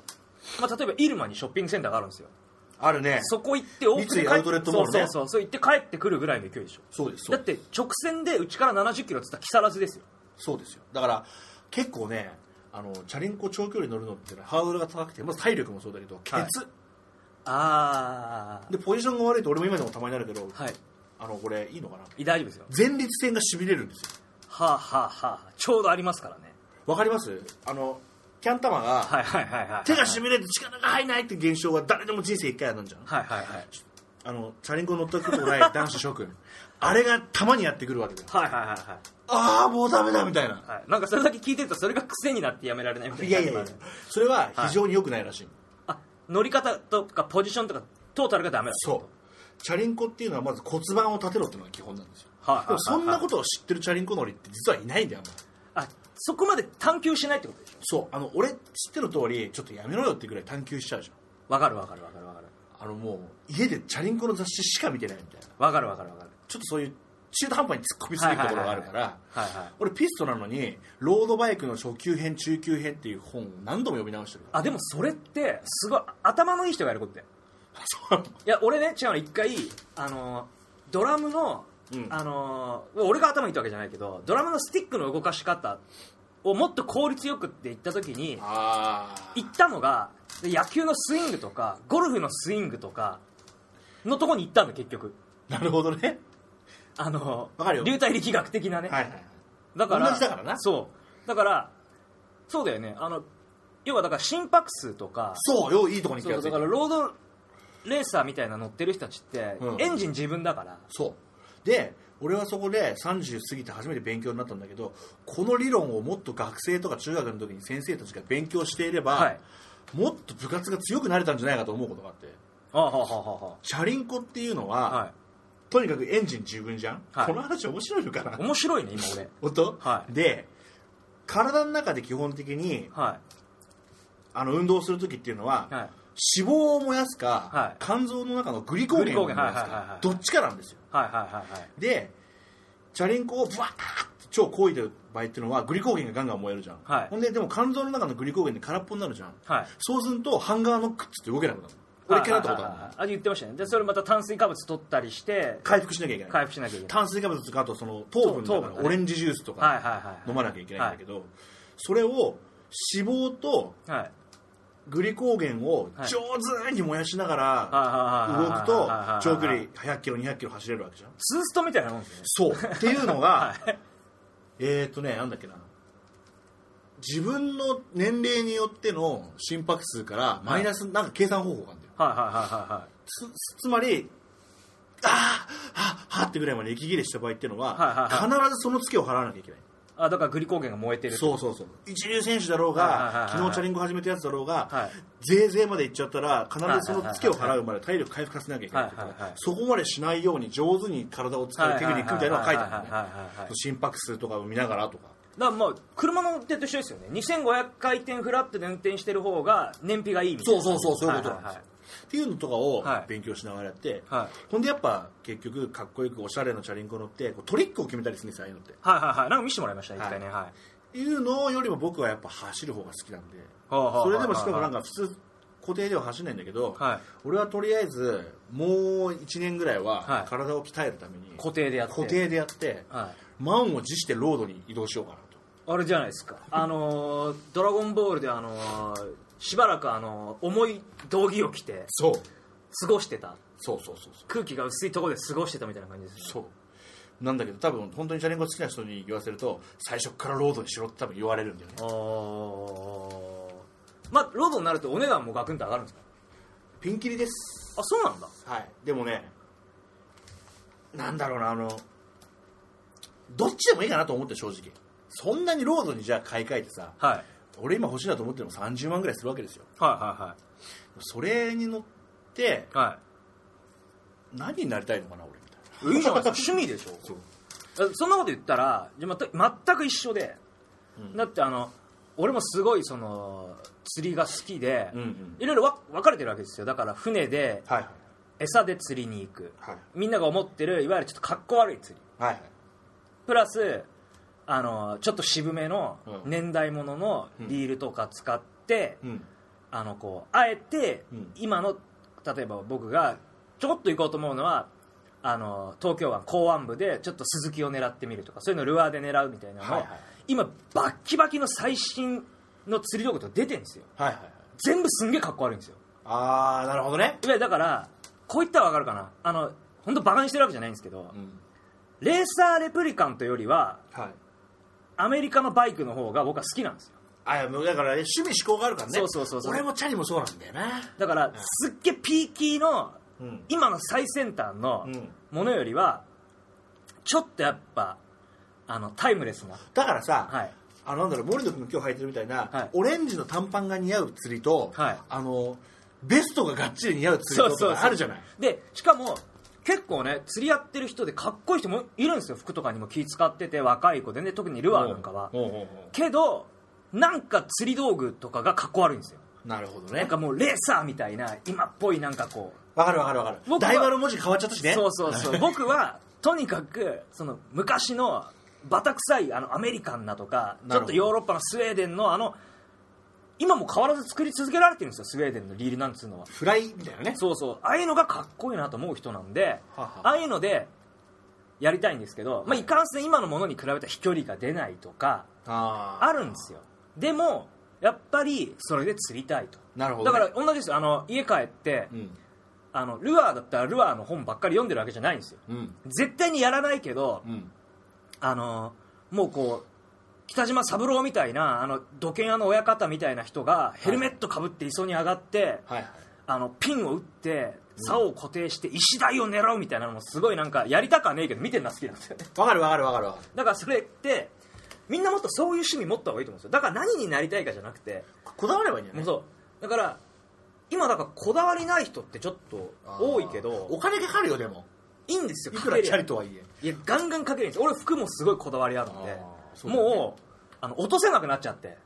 A: まあ、例えば入間にショッピングセンターがあるんですよ
B: あるね
A: そこ行って往復で
B: 三井
A: 帰
B: ア
A: っ
B: ウトレッ
A: て
B: トモールね
A: そうそうそうそう行って帰ってくるぐらいの勢いでしょ
B: そうですそう
A: だ
B: で
A: っ
B: す
A: て直線でうちから70キロっつったら木更津ですよ
B: そうですよだから結構ねあのチャリンコ長距離乗るのってねハードルが高くてまず体力もそうだけどケツ、
A: はいあ
B: でポジションが悪いと俺も今でもたまになるけど、
A: あはい
B: あのこれいいのかない
A: 大丈夫ですよ
B: 前立腺がしびれるんですよ
A: はあ、はあはあ、ちょうどありますからね
B: わかりますあのキャン玉が
A: はいはいはいはい
B: 手がしびれて力が入らないって現象は誰でも人生一回あるんじゃん
A: はいはいはい
B: あのチャリンコ乗ったことない男子諸君あれがたまにやってくるわけだよ
A: はいはいはいは
B: ああもうダメだみたいない
A: はいなんかそれだけ聞いてるとそれが癖になってやめられないみたい
B: い
A: な
B: やいやいやそれは非常に良くないらしい、
A: あ乗り方とかポジションとかトータルがダメだ
B: そうチャリンコっていうのはまず骨盤を立てろっていうのが基本なんですよ
A: はいはい
B: でもそんなことを知ってるチャリンコ乗りって実はいないんだよあんまり
A: あそこまで探求しないってことでしょ
B: そうあの俺知ってる通りちょっとやめろよってぐらい探求しちゃうじゃん
A: わかるわかるわかるわかる
B: あのもう家でチャリンコの雑誌しか見てないみたいな
A: わかるわかるわかる
B: ちょっとそういう中途半端に突っ込みすぎるところがあるから、
A: はいはい
B: 俺ピストなのにロードバイクの初級編中級編っていう本を何度も読み直してるから
A: あでもそれってすごい頭のいい人がやることだよ
B: あそうなの
A: いや俺ね違うの一回あのドラムの、
B: うん
A: あの俺が頭いいってわけじゃないけどドラムのスティックの動かし方をもっと効率よくって言った時に
B: あー
A: 行ったのがで野球のスイングとかゴルフのスイングとかのとこに行ったんだ結局
B: なるほどね
A: あの
B: わかるよ
A: 流体力学的なね、
B: はいはい
A: だから
B: 同じだからな
A: そうだからそうだよねあの要はだから心拍数とか
B: そうよいいとこに気
A: そ
B: が
A: う
B: つい
A: だ
B: た
A: からロードレーサーみたいな乗ってる人たちって、
B: うん
A: エンジン自分だから
B: そうで俺はそこで30過ぎて初めて勉強になったんだけどこの理論をもっと学生とか中学の時に先生たちが勉強していれば、
A: はい
B: もっと部活が強くなれたんじゃないかと思うことがあって
A: あはあはあは
B: チャリンコっていうの
A: あ
B: は、
A: は
B: とにかくエンジン自分じゃん、
A: はい
B: この話面白いのかない
A: 面白いね今俺
B: 音、
A: はい
B: で体の中で基本的に
A: は
B: あの運動する時っていうのは、
A: いはい
B: 脂肪を燃やすか、
A: はい
B: 肝臓の中のグリコーゲンを燃やす
A: グ
B: か、
A: リコーゲンはいはいはいはい
B: どっちかなんですよ
A: はいはいはいはい
B: でチャリンコをブワーッと超漕いでる場合っていうのはグリコーゲンがガンガン燃えるじゃん、
A: はい
B: ほんででも肝臓の中のグリコーゲンで空っぽになるじゃん、
A: はい
B: そうするとハンガーノックっつって動けなくなる俺一回なったことある
A: はいはいはいはいあ言ってましたねでそれまた炭水化物取ったりして
B: 回復しなきゃいけない
A: 回復しなきゃいけない
B: 炭水化物とかあとその糖分だ
A: 糖分
B: から
A: だね
B: オレンジジュースと
A: はいはい
B: か
A: はい
B: 飲まなきゃいけないんだけど、それを脂肪と
A: はいはい
B: グリコーゲンを上手に燃やしながら動くと長距離100キロ200キロ走れるわけじゃん
A: ツーストみたいなもんですね
B: そうっていうの が、えっとねなんだっけな自分の年齢によっての心拍数からマイナスなんか計算方法があるんだよ
A: はいはいはいはいはい
B: つつまりあーあはってぐらいまで息切れした場合っていうのは,、
A: はいはい
B: 必ずそのツケを払わなきゃいけない
A: あだからグリコーゲンが燃えてる
B: そうそうそう一流選手だろう
A: はいはいはいは
B: が
A: い
B: 昨日チャリンコ始めたやつだろうが、
A: はい
B: ぜいぜいまでいっちゃったら必ずそのツケを払うまで体力回復させなきゃいけないってこ
A: は
B: と
A: いはいはい
B: そこまでしないように上手に体を使うテクニックみたいなのが書いてあるんだ
A: はい
B: よ
A: はいはいはいはいはいは
B: ね
A: い
B: 心拍数とかを見ながらとか
A: だからまあ車の運転と一緒ですよね2500回転フラットで運転してる方が燃費がいいみたい
B: そう
A: な
B: そうそうそういうことなんで
A: は
B: すよ、
A: いはい
B: っていうのとかを
A: はい
B: 勉強しながらやって、
A: はい
B: ほんでやっぱ結局かっこよくおしゃれなチャリンコ乗ってこうトリックを決めたりするんですよああいうのって
A: はいはいはいなんか見せてもらいました一回ねはい、
B: いうのよりも僕はやっぱ走る方が好きなんで
A: はあはあはあはあ
B: それでもしかもなんか普通固定では走れないんだけど、
A: はい
B: 俺はとりあえずもう1年ぐらい
A: は
B: はい体を鍛えるために
A: 固定でやって
B: 固定でやって
A: はい
B: 満を持してロードに移動しようかなと
A: あれじゃないですかあのー「ドラゴンボール」であのーしばらくあのー重い道着を着て
B: そう
A: 過ごしてた
B: そうそうそうそう
A: 空気が薄いところで過ごしてたみたいな感じですね
B: そうなんだけど多分本当にチャリンコ好きな人に言わせると最初からロードにしろって多分言われるんだよね
A: あーまあロードになるとお値段もガクンと上がるんですか
B: ピンキリです
A: あそうなんだ
B: はいでもねなんだろうなあのどっちでもいいかなと思って正直そんなにロードにじゃあ買い替えてさ
A: はいはい
B: 俺今欲しいなと思ってるのも30万ぐらいするわけですよ
A: は
B: それに乗って
A: いはいはい
B: 何になりたいのかな俺みたいない
A: いじゃないですか趣味でしょ
B: そう
A: そんなこと言ったらじゃあまた全く一緒で、
B: うん
A: だってあの俺もすごいその釣りが好きで、
B: うんうん
A: いろいろわ分かれてるわけですよだから船で
B: はい
A: 餌で釣りに行く、
B: はい
A: みんなが思ってるいわゆるちょっとかっこ悪い釣り
B: はいはい
A: プラスあのちょっと渋めの
B: うん
A: 年代物のリールとか使って、
B: うん
A: あのこうあえて
B: うん
A: 今の例えば僕がちょこっと行こうと思うのはあの東京湾港湾部でちょっとスズキを狙ってみるとかそういうのをルアーで狙うみたいなのを、
B: はいはい
A: 今バッキバキの最新の釣り道具とか出てるんですよ
B: はいはい
A: 全部すんげえかっこ悪いんですよ
B: ああなるほどね
A: いやだからこういったらわかるかなあの本当バカにしてるわけじゃないんですけど、
B: ん
A: レーサーレプリカントよりは
B: はい
A: アメリカのバイクの方が僕は好きなんですよ
B: あいやもうだからね趣味嗜好があるからね
A: そうそうそうそう
B: 俺もチャリもそうなんだよね
A: だからすっげえピーキーの
B: うん
A: 今の最先端の
B: うん
A: ものよりはちょっとやっぱあのタイムレスな
B: だからさ、
A: はい
B: あのなんだろう森野君が今日履いてるみたいな、
A: はい
B: オレンジの短パンが似合う釣りと、
A: はい
B: あのベストががっちり似合う釣りとかあるじゃない
A: でしかも結構ね釣りやってる人でかっこいい人もいるんですよ服とかにも気使ってて若い子でね特にルアーなんかは
B: おうおうおう
A: けどなんか釣り道具とかがかっこ悪いんですよ
B: なるほど
A: な
B: ね
A: んかもうレーサーみたいな今っぽいなんかこう
B: わかるわかるわかる
A: 僕は
B: 台場の文字変わっちゃったしね
A: そうそう そう僕はとにかくその昔のバタ臭いあのアメリカンなとかち
B: な
A: ょ
B: るほど
A: っとヨーロッパのスウェーデンのあの今も変わらず作り続けられてるんですよスウェーデンのリールなんつうのは
B: フライみたいなね
A: そうそうああいうのがかっこいいなと思う人なんで
B: はは
A: ああいうのでやりたいんですけど、まあ、いかんせん今のものに比べたら飛距離が出ないとか
B: あー
A: あるんですよでもやっぱりそれで釣りたいと
B: なるほど
A: だ
B: ね、
A: から同じですよあの家帰って、
B: うん
A: あのルアーだったらルアーの本ばっかり読んでるわけじゃないんですよ
B: うん
A: 絶対にやらないけど、
B: うん
A: あのもうこう北島三郎みたいなあの土建屋の親方みたいな人がヘルメットかぶって磯に上がって、
B: はいはい
A: あのピンを打って竿を固定して石台を狙うみたいなのもすごいなんかやりたくはねえけど見てるのは好きなんですよね
B: わかるわかるわかるわかる
A: だからそれってみんなもっとそういう趣味持った方がいいと思うんですよだから何になりたいかじゃなくて
B: こだわればいいんじゃ
A: も
B: な
A: う
B: い
A: そうだから今だからこだわりない人ってちょっと多いけ
B: あーお
A: ど
B: 金かかるよでも
A: いいんですよ
B: いくらチャリ
A: か
B: とはいえ
A: けるいやガンガンかけるんですよ俺服もすごいこだわりあるんで
B: あーそうだね
A: もうあの落とせなくなっちゃって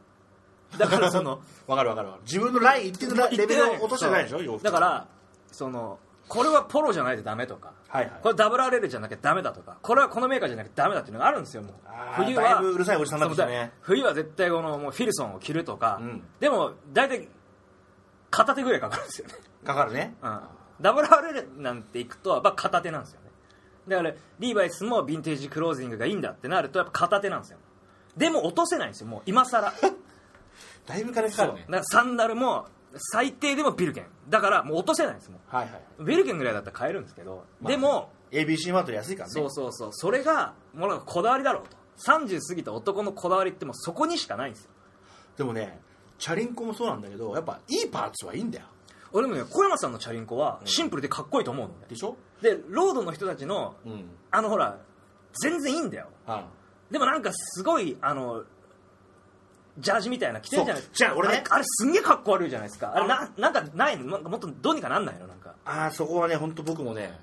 A: だから その
B: わかるわかるわかる自分のライン一定のレベルを 落としてないでしょ洋服
A: だからそのこれはポロじゃないとダメとか
B: はいはい
A: これ WRL じゃなきゃダメだとかこれはこのメーカーじゃなきゃダメだっていうのがあるんですよもう
B: あー
A: 冬
B: だい
A: は
B: ぶうるさいおじさんになってきたね
A: そう冬は絶対このもうフィルソンを着るとか、
B: うん
A: でも大体片手ぐらいかかるんですよね、
B: かかるね
A: うん、WRL なんていくとやっぱ片手なんですよねだからリーバイスもヴィンテージクロージングがいいんだってなるとやっぱ片手なんですよでも落とせないんですよもう今更
B: だいぶ金かかるね
A: だからサンダルも最低でもビルケンだからもう落とせないんですも
B: はいはいう
A: ビルケンぐらいだったら買えるんですけど、
B: まあ
A: でも
B: ABC マートで安いからね
A: そうそうそうそれがもうなんかこだわりだろうと30過ぎた男のこだわりってもうそこにしかないんですよ
B: でもねチャリンコもそうなんだけどやっぱいいパーツはいいんだよ
A: 俺もね小山さんのチャリンコはシンプルでかっこいいと思うのね、
B: でしょ
A: でロードの人たちの
B: うん
A: あのほら全然いいんだよ
B: あ
A: でもなんかすごいあのジャージみたいな着てるじゃない
B: そうじゃあ俺ね
A: あれあれすんげえかっこ悪いじゃないですかあれななんかないのなんかもっとどうにかなんないのなんか
B: あーそこはね本当僕もね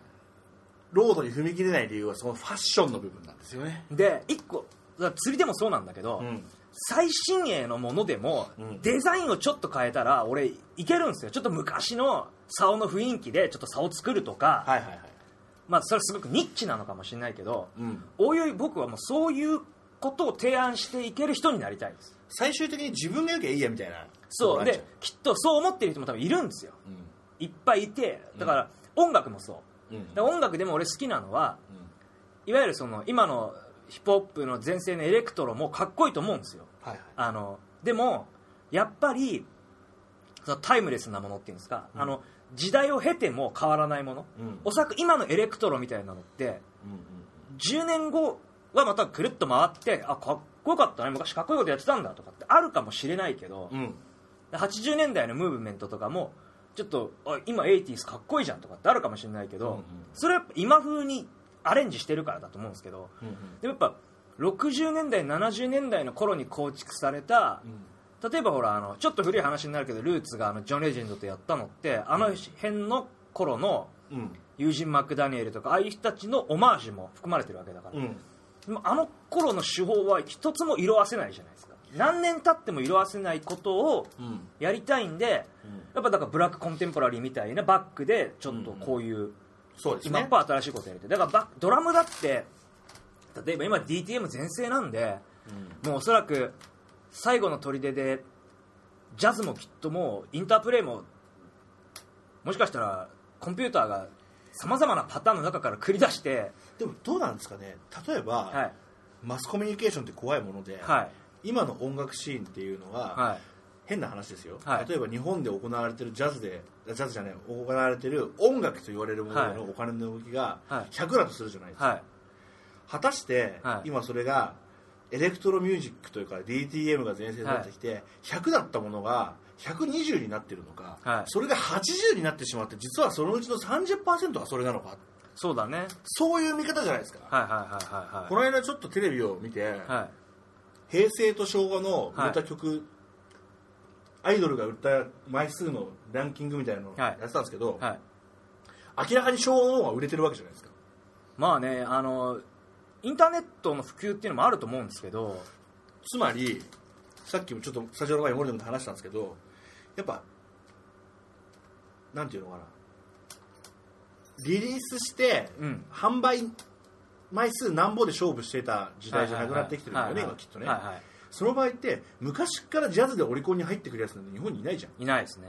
B: ロードに踏み切れない理由はそのファッションの部分なんですよね
A: で一個だから釣りでもそうなんだけど、
B: ん
A: 最新鋭のものでも、
B: うん
A: デザインをちょっと変えたら俺いけるんですよちょっと昔の竿の雰囲気でちょっと竿作るとか、
B: はいはいはい
A: まあそれすごくニッチなのかもしれないけど、
B: うん
A: おいおい僕はもうそういうことを提案していける人になりたいです
B: 最終的に自分がよきゃいいやみたいな
A: そう
B: なっち
A: で
B: ゃ
A: きっとそう思ってる人も多分いるんですよ
B: う
A: いっぱいいてだから音楽もそう
B: うんうん
A: だから音楽でも俺好きなのは
B: うん
A: いわゆるその今のヒップホップの前世のエレクトロもかっこいいと思うんですよ
B: はいはい
A: あのでもやっぱりそのタイムレスなものっていうんですか、あの時代を経ても変わらないもの、
B: うん
A: おそらく今のエレクトロみたいなのって10年後はまたくるっと回ってあかっこよかったね昔かっこいいことやってたんだとかってあるかもしれないけど、
B: うんうん
A: 80年代のムーブメントとかもちょっとあ今 80s かっこいいじゃんとかってあるかもしれないけど、
B: うんうん
A: それはやっぱ今風にアレンジしてるからだと思うんですけど、
B: うん
A: でもやっぱ60年代70年代の頃に構築された、例えばほらあのちょっと古い話になるけどルーツがあのジョン・レジェンドとやったのってあの辺の頃の
B: うんうん
A: 友人マクダニエルとかああいう人たちのオマージュも含まれてるわけだから、
B: うん
A: でもあの頃の手法は一つも色あせないじゃないですか何年経っても色あせないことを
B: うん
A: やりたいんで、
B: うん
A: やっぱだからブラックコンテンポラリーみたいなバックでちょっとこういう、
B: そうです
A: 今
B: ね
A: っぽい新しいことやりたいだからバッドラムだって例えば今 DTM 全盛なんで
B: うん
A: もうおそらく最後の砦でジャズもきっともうインタープレイももしかしたらコンピューターがさまざまなパターンの中から繰り出して
B: でもどうなんですかね例えば、
A: はい
B: マスコミュニケーションって怖いもので、
A: はい
B: 今の音楽シーンっていうのは、
A: はい
B: 変な話ですよ、
A: はい
B: 例えば日本で行われてるジャズでジャズじゃない行われてる音楽と言われるもののお金の動きが
A: はい
B: 100だとするじゃないですか、
A: はい
B: 果たして、
A: はい
B: 今それがエレクトロミュージックというか DTM が全盛になってきて、100だったものが120になってるのか、
A: はい
B: それが80になってしまって実はそのうちの30%がそれなのか
A: そうだね
B: そういう見方じゃないですか、
A: はいはいはい
B: こ
A: は
B: の間ちょっとテレビを見て、
A: いはい
B: 平成と昭和の売れた曲、アイドルが売った枚数のランキングみたいなのをやってたんですけど、
A: はい
B: 明らかに昭和の方が売れてるわけじゃないですか
A: まあねあのインターネットの普及っていうのもあると思うんですけど
B: つまりさっきもちょっとスタジオの前に森田君と話したんですけどやっぱなんていうのかなリリースして、
A: うん
B: 販売枚数なんぼで勝負してた時代じゃなくなってきてるんだよね、
A: はいはいはい
B: 今きっとね、
A: はいは
B: その場合って昔からジャズでオリコンに入ってくるやつなんて日本にいないじゃん
A: いいないですね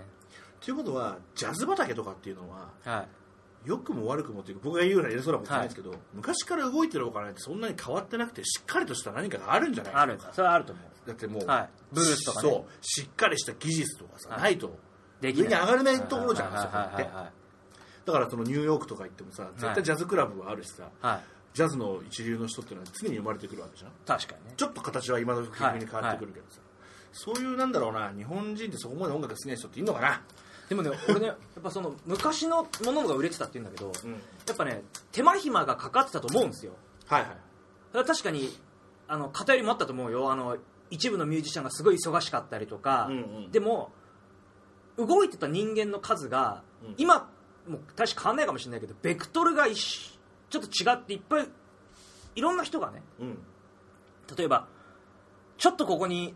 B: ということはジャズ畑とかっていうのは
A: はい
B: 良くも悪くもというか僕が言うような偉そうなことじゃないですけど、昔から動いてるお金ってそんなに変わってなくてしっかりとした何かがあるんじゃない
A: あるそれはあると思う
B: だってもう、
A: はいブルースとかね
B: そうしっかりした技術とかさ、
A: はい
B: ないと
A: で
B: 上に上がれないところじゃん
A: はいはいはい
B: そこ
A: はい
B: だからそのニューヨークとか行ってもさ絶
A: は
B: 対
A: い
B: ジャズクラブはあるしさ、
A: はい
B: ジャズの一流の人っていうのは常に生まれてくるわけじゃん
A: 確かにね
B: ちょっと形は今の服に変わってくるけどさ、そういうなんだろうな日本人ってそこまで音楽好きな人っているのかな、
A: でもね俺ねやっぱその昔のものが売れてたって言うんだけど、
B: うん
A: やっぱね手間暇がかかってたと思うんですよ
B: はいはい
A: それは確かにあの偏りもあったと思うよあの一部のミュージシャンがすごい忙しかったりとか、
B: うんうん
A: でも動いてた人間の数が、
B: うん
A: 今もう大して変わんないかもしれないけどベクトルが一緒ちょっと違っていっぱいいろんな人がね
B: うん
A: 例えばちょっとここに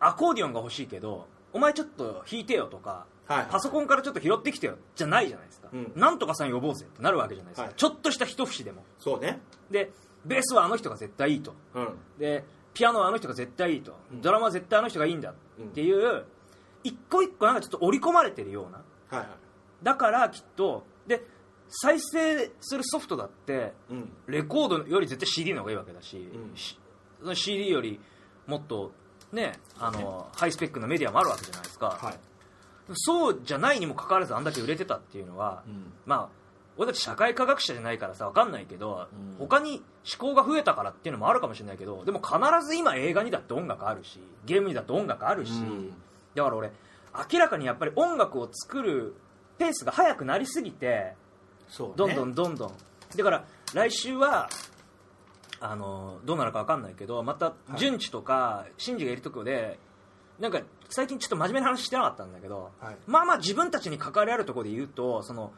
A: アコーディオンが欲しいけどお前ちょっと弾いてよとか、
B: はい
A: パソコンからちょっと拾ってきてよじゃないじゃないですか、
B: うん
A: なんとかさん呼ぼうぜってなるわけじゃないですか、
B: はい
A: ちょっとした一節でも
B: そうね
A: でベースはあの人が絶対いいと
B: うん
A: でピアノはあの人が絶対いいと、
B: ん
A: ドラマは絶対あの人がいいんだっていう、一個一個なんかちょっと織り込まれてるような
B: はいはい
A: だからきっとで再生するソフトだって
B: うん
A: レコードより絶対 CD の方がいいわけだし,
B: ん
A: し、その CD よりもっとねあのハイスペックなメディアもあるわけじゃないですか、
B: はい
A: そうじゃないにもかかわらずあんだけ売れてたっていうのは、
B: うん
A: まあ俺たち社会科学者じゃないからさ分かんないけど、
B: うん
A: 他に思考が増えたからっていうのもあるかもしれないけどでも必ず今映画にだって音楽あるしゲームにだって音楽あるし、
B: うん
A: だから俺明らかにやっぱり音楽を作るペースが速くなりすぎて
B: そうね
A: どんどんどんどん、だから来週はあのどうなるか分かんないけどまた順次とか新次がいるとこでなんか最近ちょっと真面目な話してなかったんだけど、
B: はい
A: まあまあ自分たちに関わりあるところで言うとその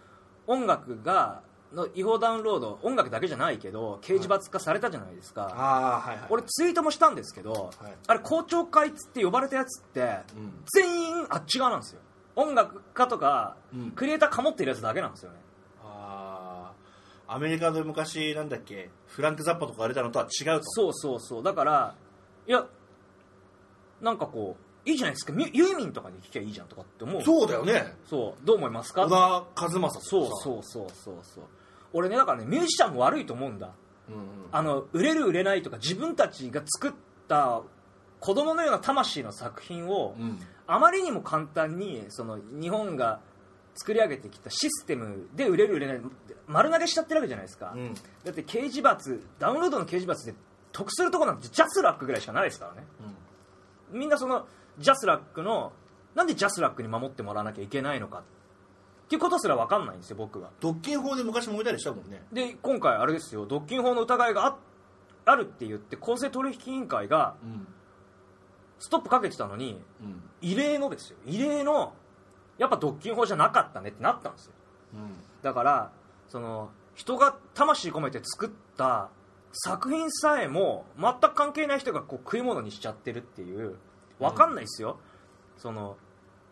A: 音楽がの違法ダウンロード音楽だけじゃないけど刑事罰化されたじゃないですか、
B: ああはいはい
A: 俺ツイートもしたんですけど、
B: はい
A: あれ公聴会っつって呼ばれたやつって、
B: うん
A: 全員あっち側なんですよ音楽家とか、
B: うん
A: クリエイターかもってるやつだけなんですよね
B: ああアメリカで昔なんだっけフランク・ザッパとかが出たのとは違うと
A: そうそうそうだからいやなんかこういいじゃないですかミュユーミンとかに聞きゃいいじゃんとかって思う
B: そうだよね
A: そうどう思いますか
B: 小田和正とかさ
A: そうそうそうそうそう俺ねだからねミュージシャンも悪いと思うんだ
B: うんうん
A: あの売れる売れないとか自分たちが作った子供のような魂の作品を、
B: うん
A: あまりにも簡単にその日本が作り上げてきたシステムで売れる売れない丸投げしちゃってるわけじゃないですか、
B: うん
A: だって刑事罰ダウンロードの刑事罰で得するとこなんてジャスラックぐらいしかないですからねみんなそのジャスラックのなんでジャスラックに守ってもらわなきゃいけないのかっていうことすら分かんないんですよ僕は
B: 独禁法で昔揉めたりしたもんね
A: で今回あれですよ独禁法の疑いがああるって言って公正取引委員会が
B: うん
A: ストップかけてたのに
B: うん
A: 異例のですよ異例のやっぱ独禁法じゃなかったねってなったんですよ
B: うん
A: だからその人が魂込めて作った作品さえも全く関係ない人がこう食い物にしちゃってるっていうわかんないですよ、その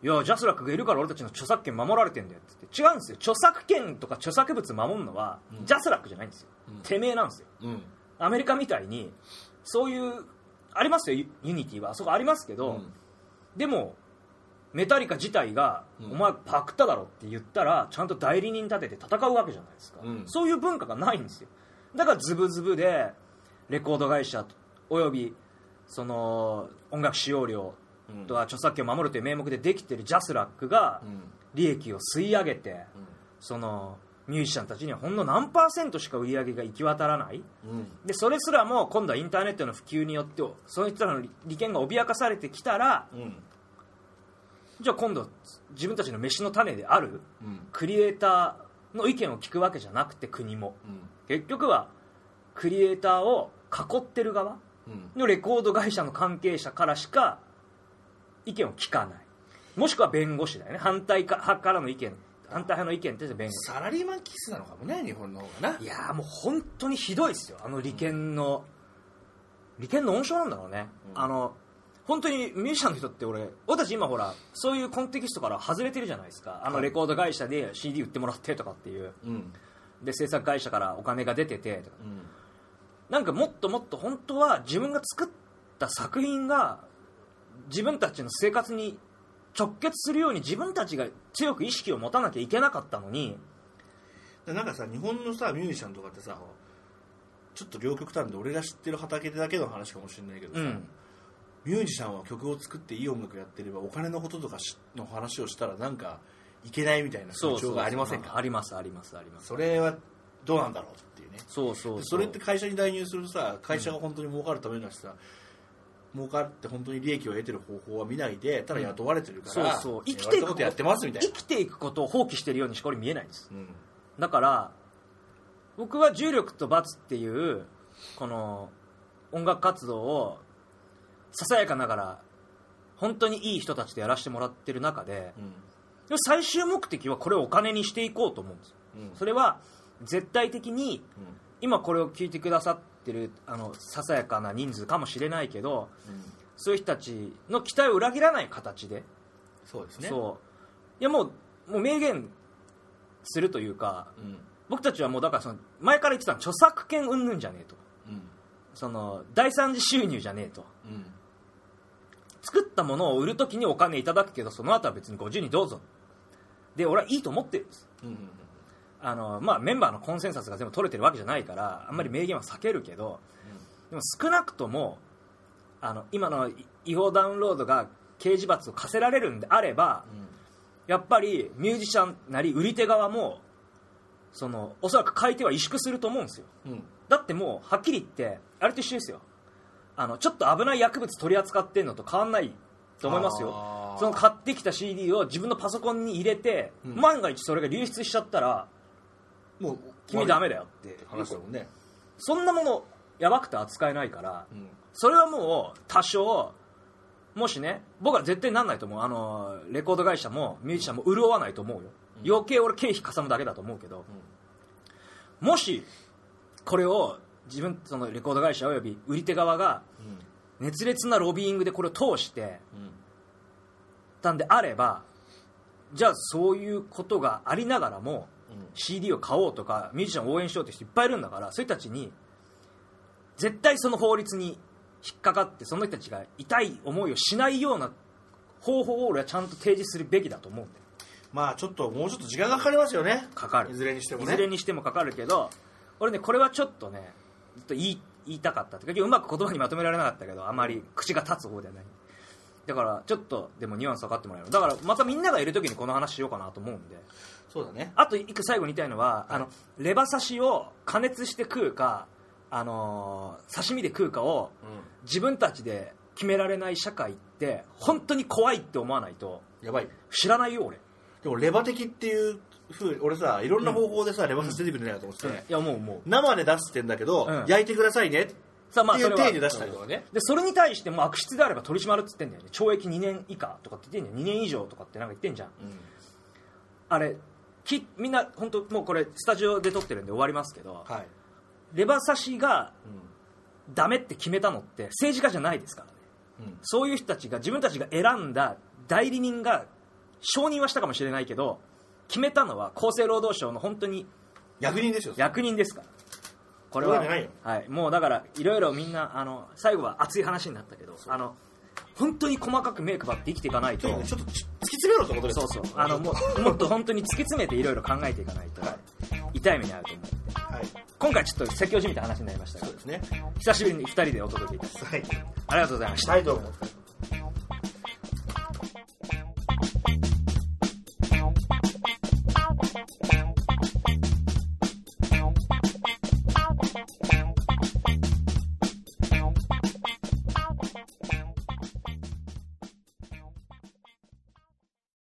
A: いやジャスラックがいるから俺たちの著作権守られてんだよって言って違うんですよ著作権とか著作物守るのは、
B: うん
A: ジャスラックじゃないんですよ、
B: うん
A: てめえなんですよ
B: うん
A: アメリカみたいにそういうありますよユユニティはあそこありますけど、でもメタリカ自体が、
B: うん
A: お前パクっただろって言ったらちゃんと代理人立てて戦うわけじゃないですか、
B: うん
A: そういう文化がないんですよだからズブズブでレコード会社およびその音楽使用料
B: うん
A: とは著作権を守るという名目でできてるジャスラックが
B: うん
A: 利益を吸い上げてそのミュージシャンたちにはほんの何パーセントしか売り上げが行き渡らない
B: うん
A: でそれすらも今度はインターネットの普及によってその人らの利権が脅かされてきたら
B: うん
A: じゃあ今度自分たちの飯の種である
B: うん
A: クリエイターの意見を聞くわけじゃなくて国も結局はクリエイターを囲ってる側
B: うん
A: のレコード会社の関係者からしか意見を聞かないもしくは弁護士だよね反対か派からの意見反対派の意見って弁護士
B: サラリーマン気質なのかもね日本の方がない
A: やーもう本当にひどいですよあの利権の、利権の温床なんだろうね、
B: うん
A: あの本当にミュージシャンの人って俺俺たち今ほらそういうコンテキストから外れてるじゃないですかあの
B: はい
A: レコード会社で CD 売ってもらってとかっていう
B: うん
A: で制作会社からお金が出ててとか
B: うん
A: なんかもっともっと本当は自分が作った作品が自分たちの生活に直結するように自分たちが強く意識を持たなきゃいけなかったのに
B: でなんかさ日本のさミュージシャンとかってさちょっと両極端で俺が知ってる畑だけの話かもしれないけどさ、
A: うん
B: ミュージシャンは曲を作っていい音楽やってればお金のこととかしの話をしたらなんかいけないみたいな
A: そ
B: 風
A: うそ
B: 潮
A: う
B: がありませんか
A: ありますありますあります
B: それはどうなんだろうっていうね
A: そうそうう
B: それって会社に代入するとさ会社が本当に儲かるためだしさ、儲かって本当に利益を得てる方法は見ないでただ雇われてるか
A: そう
B: ら、
A: そう
B: 生
A: 生
B: き
A: き
B: て
A: て
B: い
A: い
B: く
A: く
B: ことやってますみたいな
A: 生きていくことを放棄してるようにしか俺見えないんです
B: うん
A: だから僕は重力と罰っていうこの音楽活動をささやかながら本当にいい人たちとやらせてもらってる中ででも最終目的はこれをお金にしていこうと思うんですよ
B: うんうん
A: それは絶対的に今これを聞いてくださってるあのささやかな人数かもしれないけど
B: うん
A: そういう人たちの期待を裏切らない形で
B: そうですね
A: そういやもうもう明言するというか
B: うん
A: 僕たちはもうだからその前から言ってたの著作権云々じゃねえと
B: うん
A: その第三次収入じゃねえと
B: うん
A: 作ったものを売るときにお金いただくけどその後は別にご自由にどうぞで俺はいいと思ってるんです
B: うん
A: あの、まあ、メンバーのコンセンサスが全部取れてるわけじゃないからあんまり明言は避けるけどでも少なくともあの今の違法ダウンロードが刑事罰を課せられるんであれば、やっぱりミュージシャンなり売り手側もそのおそらく買い手は萎縮すると思うんですよ
B: うんうん
A: だってもうはっきり言ってあれと一緒ですよあのちょっと危ない薬物取り扱ってんのと変わんないと思います
B: あ
A: よ
B: ー
A: その買ってきた CD を自分のパソコンに入れて、
B: うん
A: 万が一それが流出しちゃったら
B: もう
A: 君ダメだよって
B: 話だもんね
A: そんなものやばくて扱えないから
B: うん
A: それはもう多少もしね僕は絶対なんないと思うあのレコード会社もミュージシャンも潤わないと思うよ、
B: うん
A: 余計俺経費かさむだけだと思うけど、もしこれを自分そのレコード会社および売り手側が
B: うん
A: 熱烈なロビーイングでこれを通して
B: うん
A: たんであればじゃあそういうことがありながらも CD を買おうとかミュージシャンを応援しようって人いっぱいいるんだからそういう人たちに絶対その法律に引っかかってその人たちが痛い思いをしないような方法を俺はちゃんと提示するべきだと思うんだよ
B: まあちょっともうちょっと時間がかかりますよね
A: かかる
B: いずれにしてもね
A: いずれにしてもかかるけど俺ねこれはちょっとねずっと言い言いたかったっていうかうまく言葉にまとめられなかったけどあまり口が立つ方ではないだからちょっとでもニュアンス分かってもらえるだからまたみんながいる時にこの話しようかなと思うんで
B: そうだね
A: あと一個最後に言いたいのは、あのレバ刺しを加熱して食うか、あのー刺身で食うかを
B: う
A: 自分たちで決められない社会って本当に怖いって思わないと
B: んやばい
A: 知らないよ俺
B: でもレバ的っていうふう俺さいろんな方法でさ、レバ刺し出てくるんじゃないかと思って
A: いやもうもう
B: 生で出すってんだけど、
A: うん
B: 焼いてくださいね
A: さあ
B: っていう体で出したりとかね
A: でそれに対しても悪質であれば取り締まるっつってんだよね懲役2年以下とかって言ってんじゃん2年以上とかってなんか言ってんじゃんあれきみんな本当もうこれスタジオで撮ってるんで終わりますけど
B: はい
A: レバー差しがダメって決めたのって政治家じゃないですからね、
B: うん
A: そういう人たちが自分たちが選んだ代理人が承認はしたかもしれないけど決めたのは厚生労働省の本当に
B: 役人ですよ
A: 役人ですからこれは
B: そうじゃないよ
A: はい、もうだからいろいろみんなあの最後は熱い話になったけどあの本当に細かく目配って生きていかないと
B: ちょっと突き詰めろってことです
A: そうそうあのもうもっと本当に突き詰めていろいろ考えていかないと痛い目に遭うと思う
B: はい
A: 今回ちょっと説教じみた話になりましたが
B: そうですね
A: 久しぶりに2人でお届けいたします
B: はい
A: ありがとうございました
B: はいどうも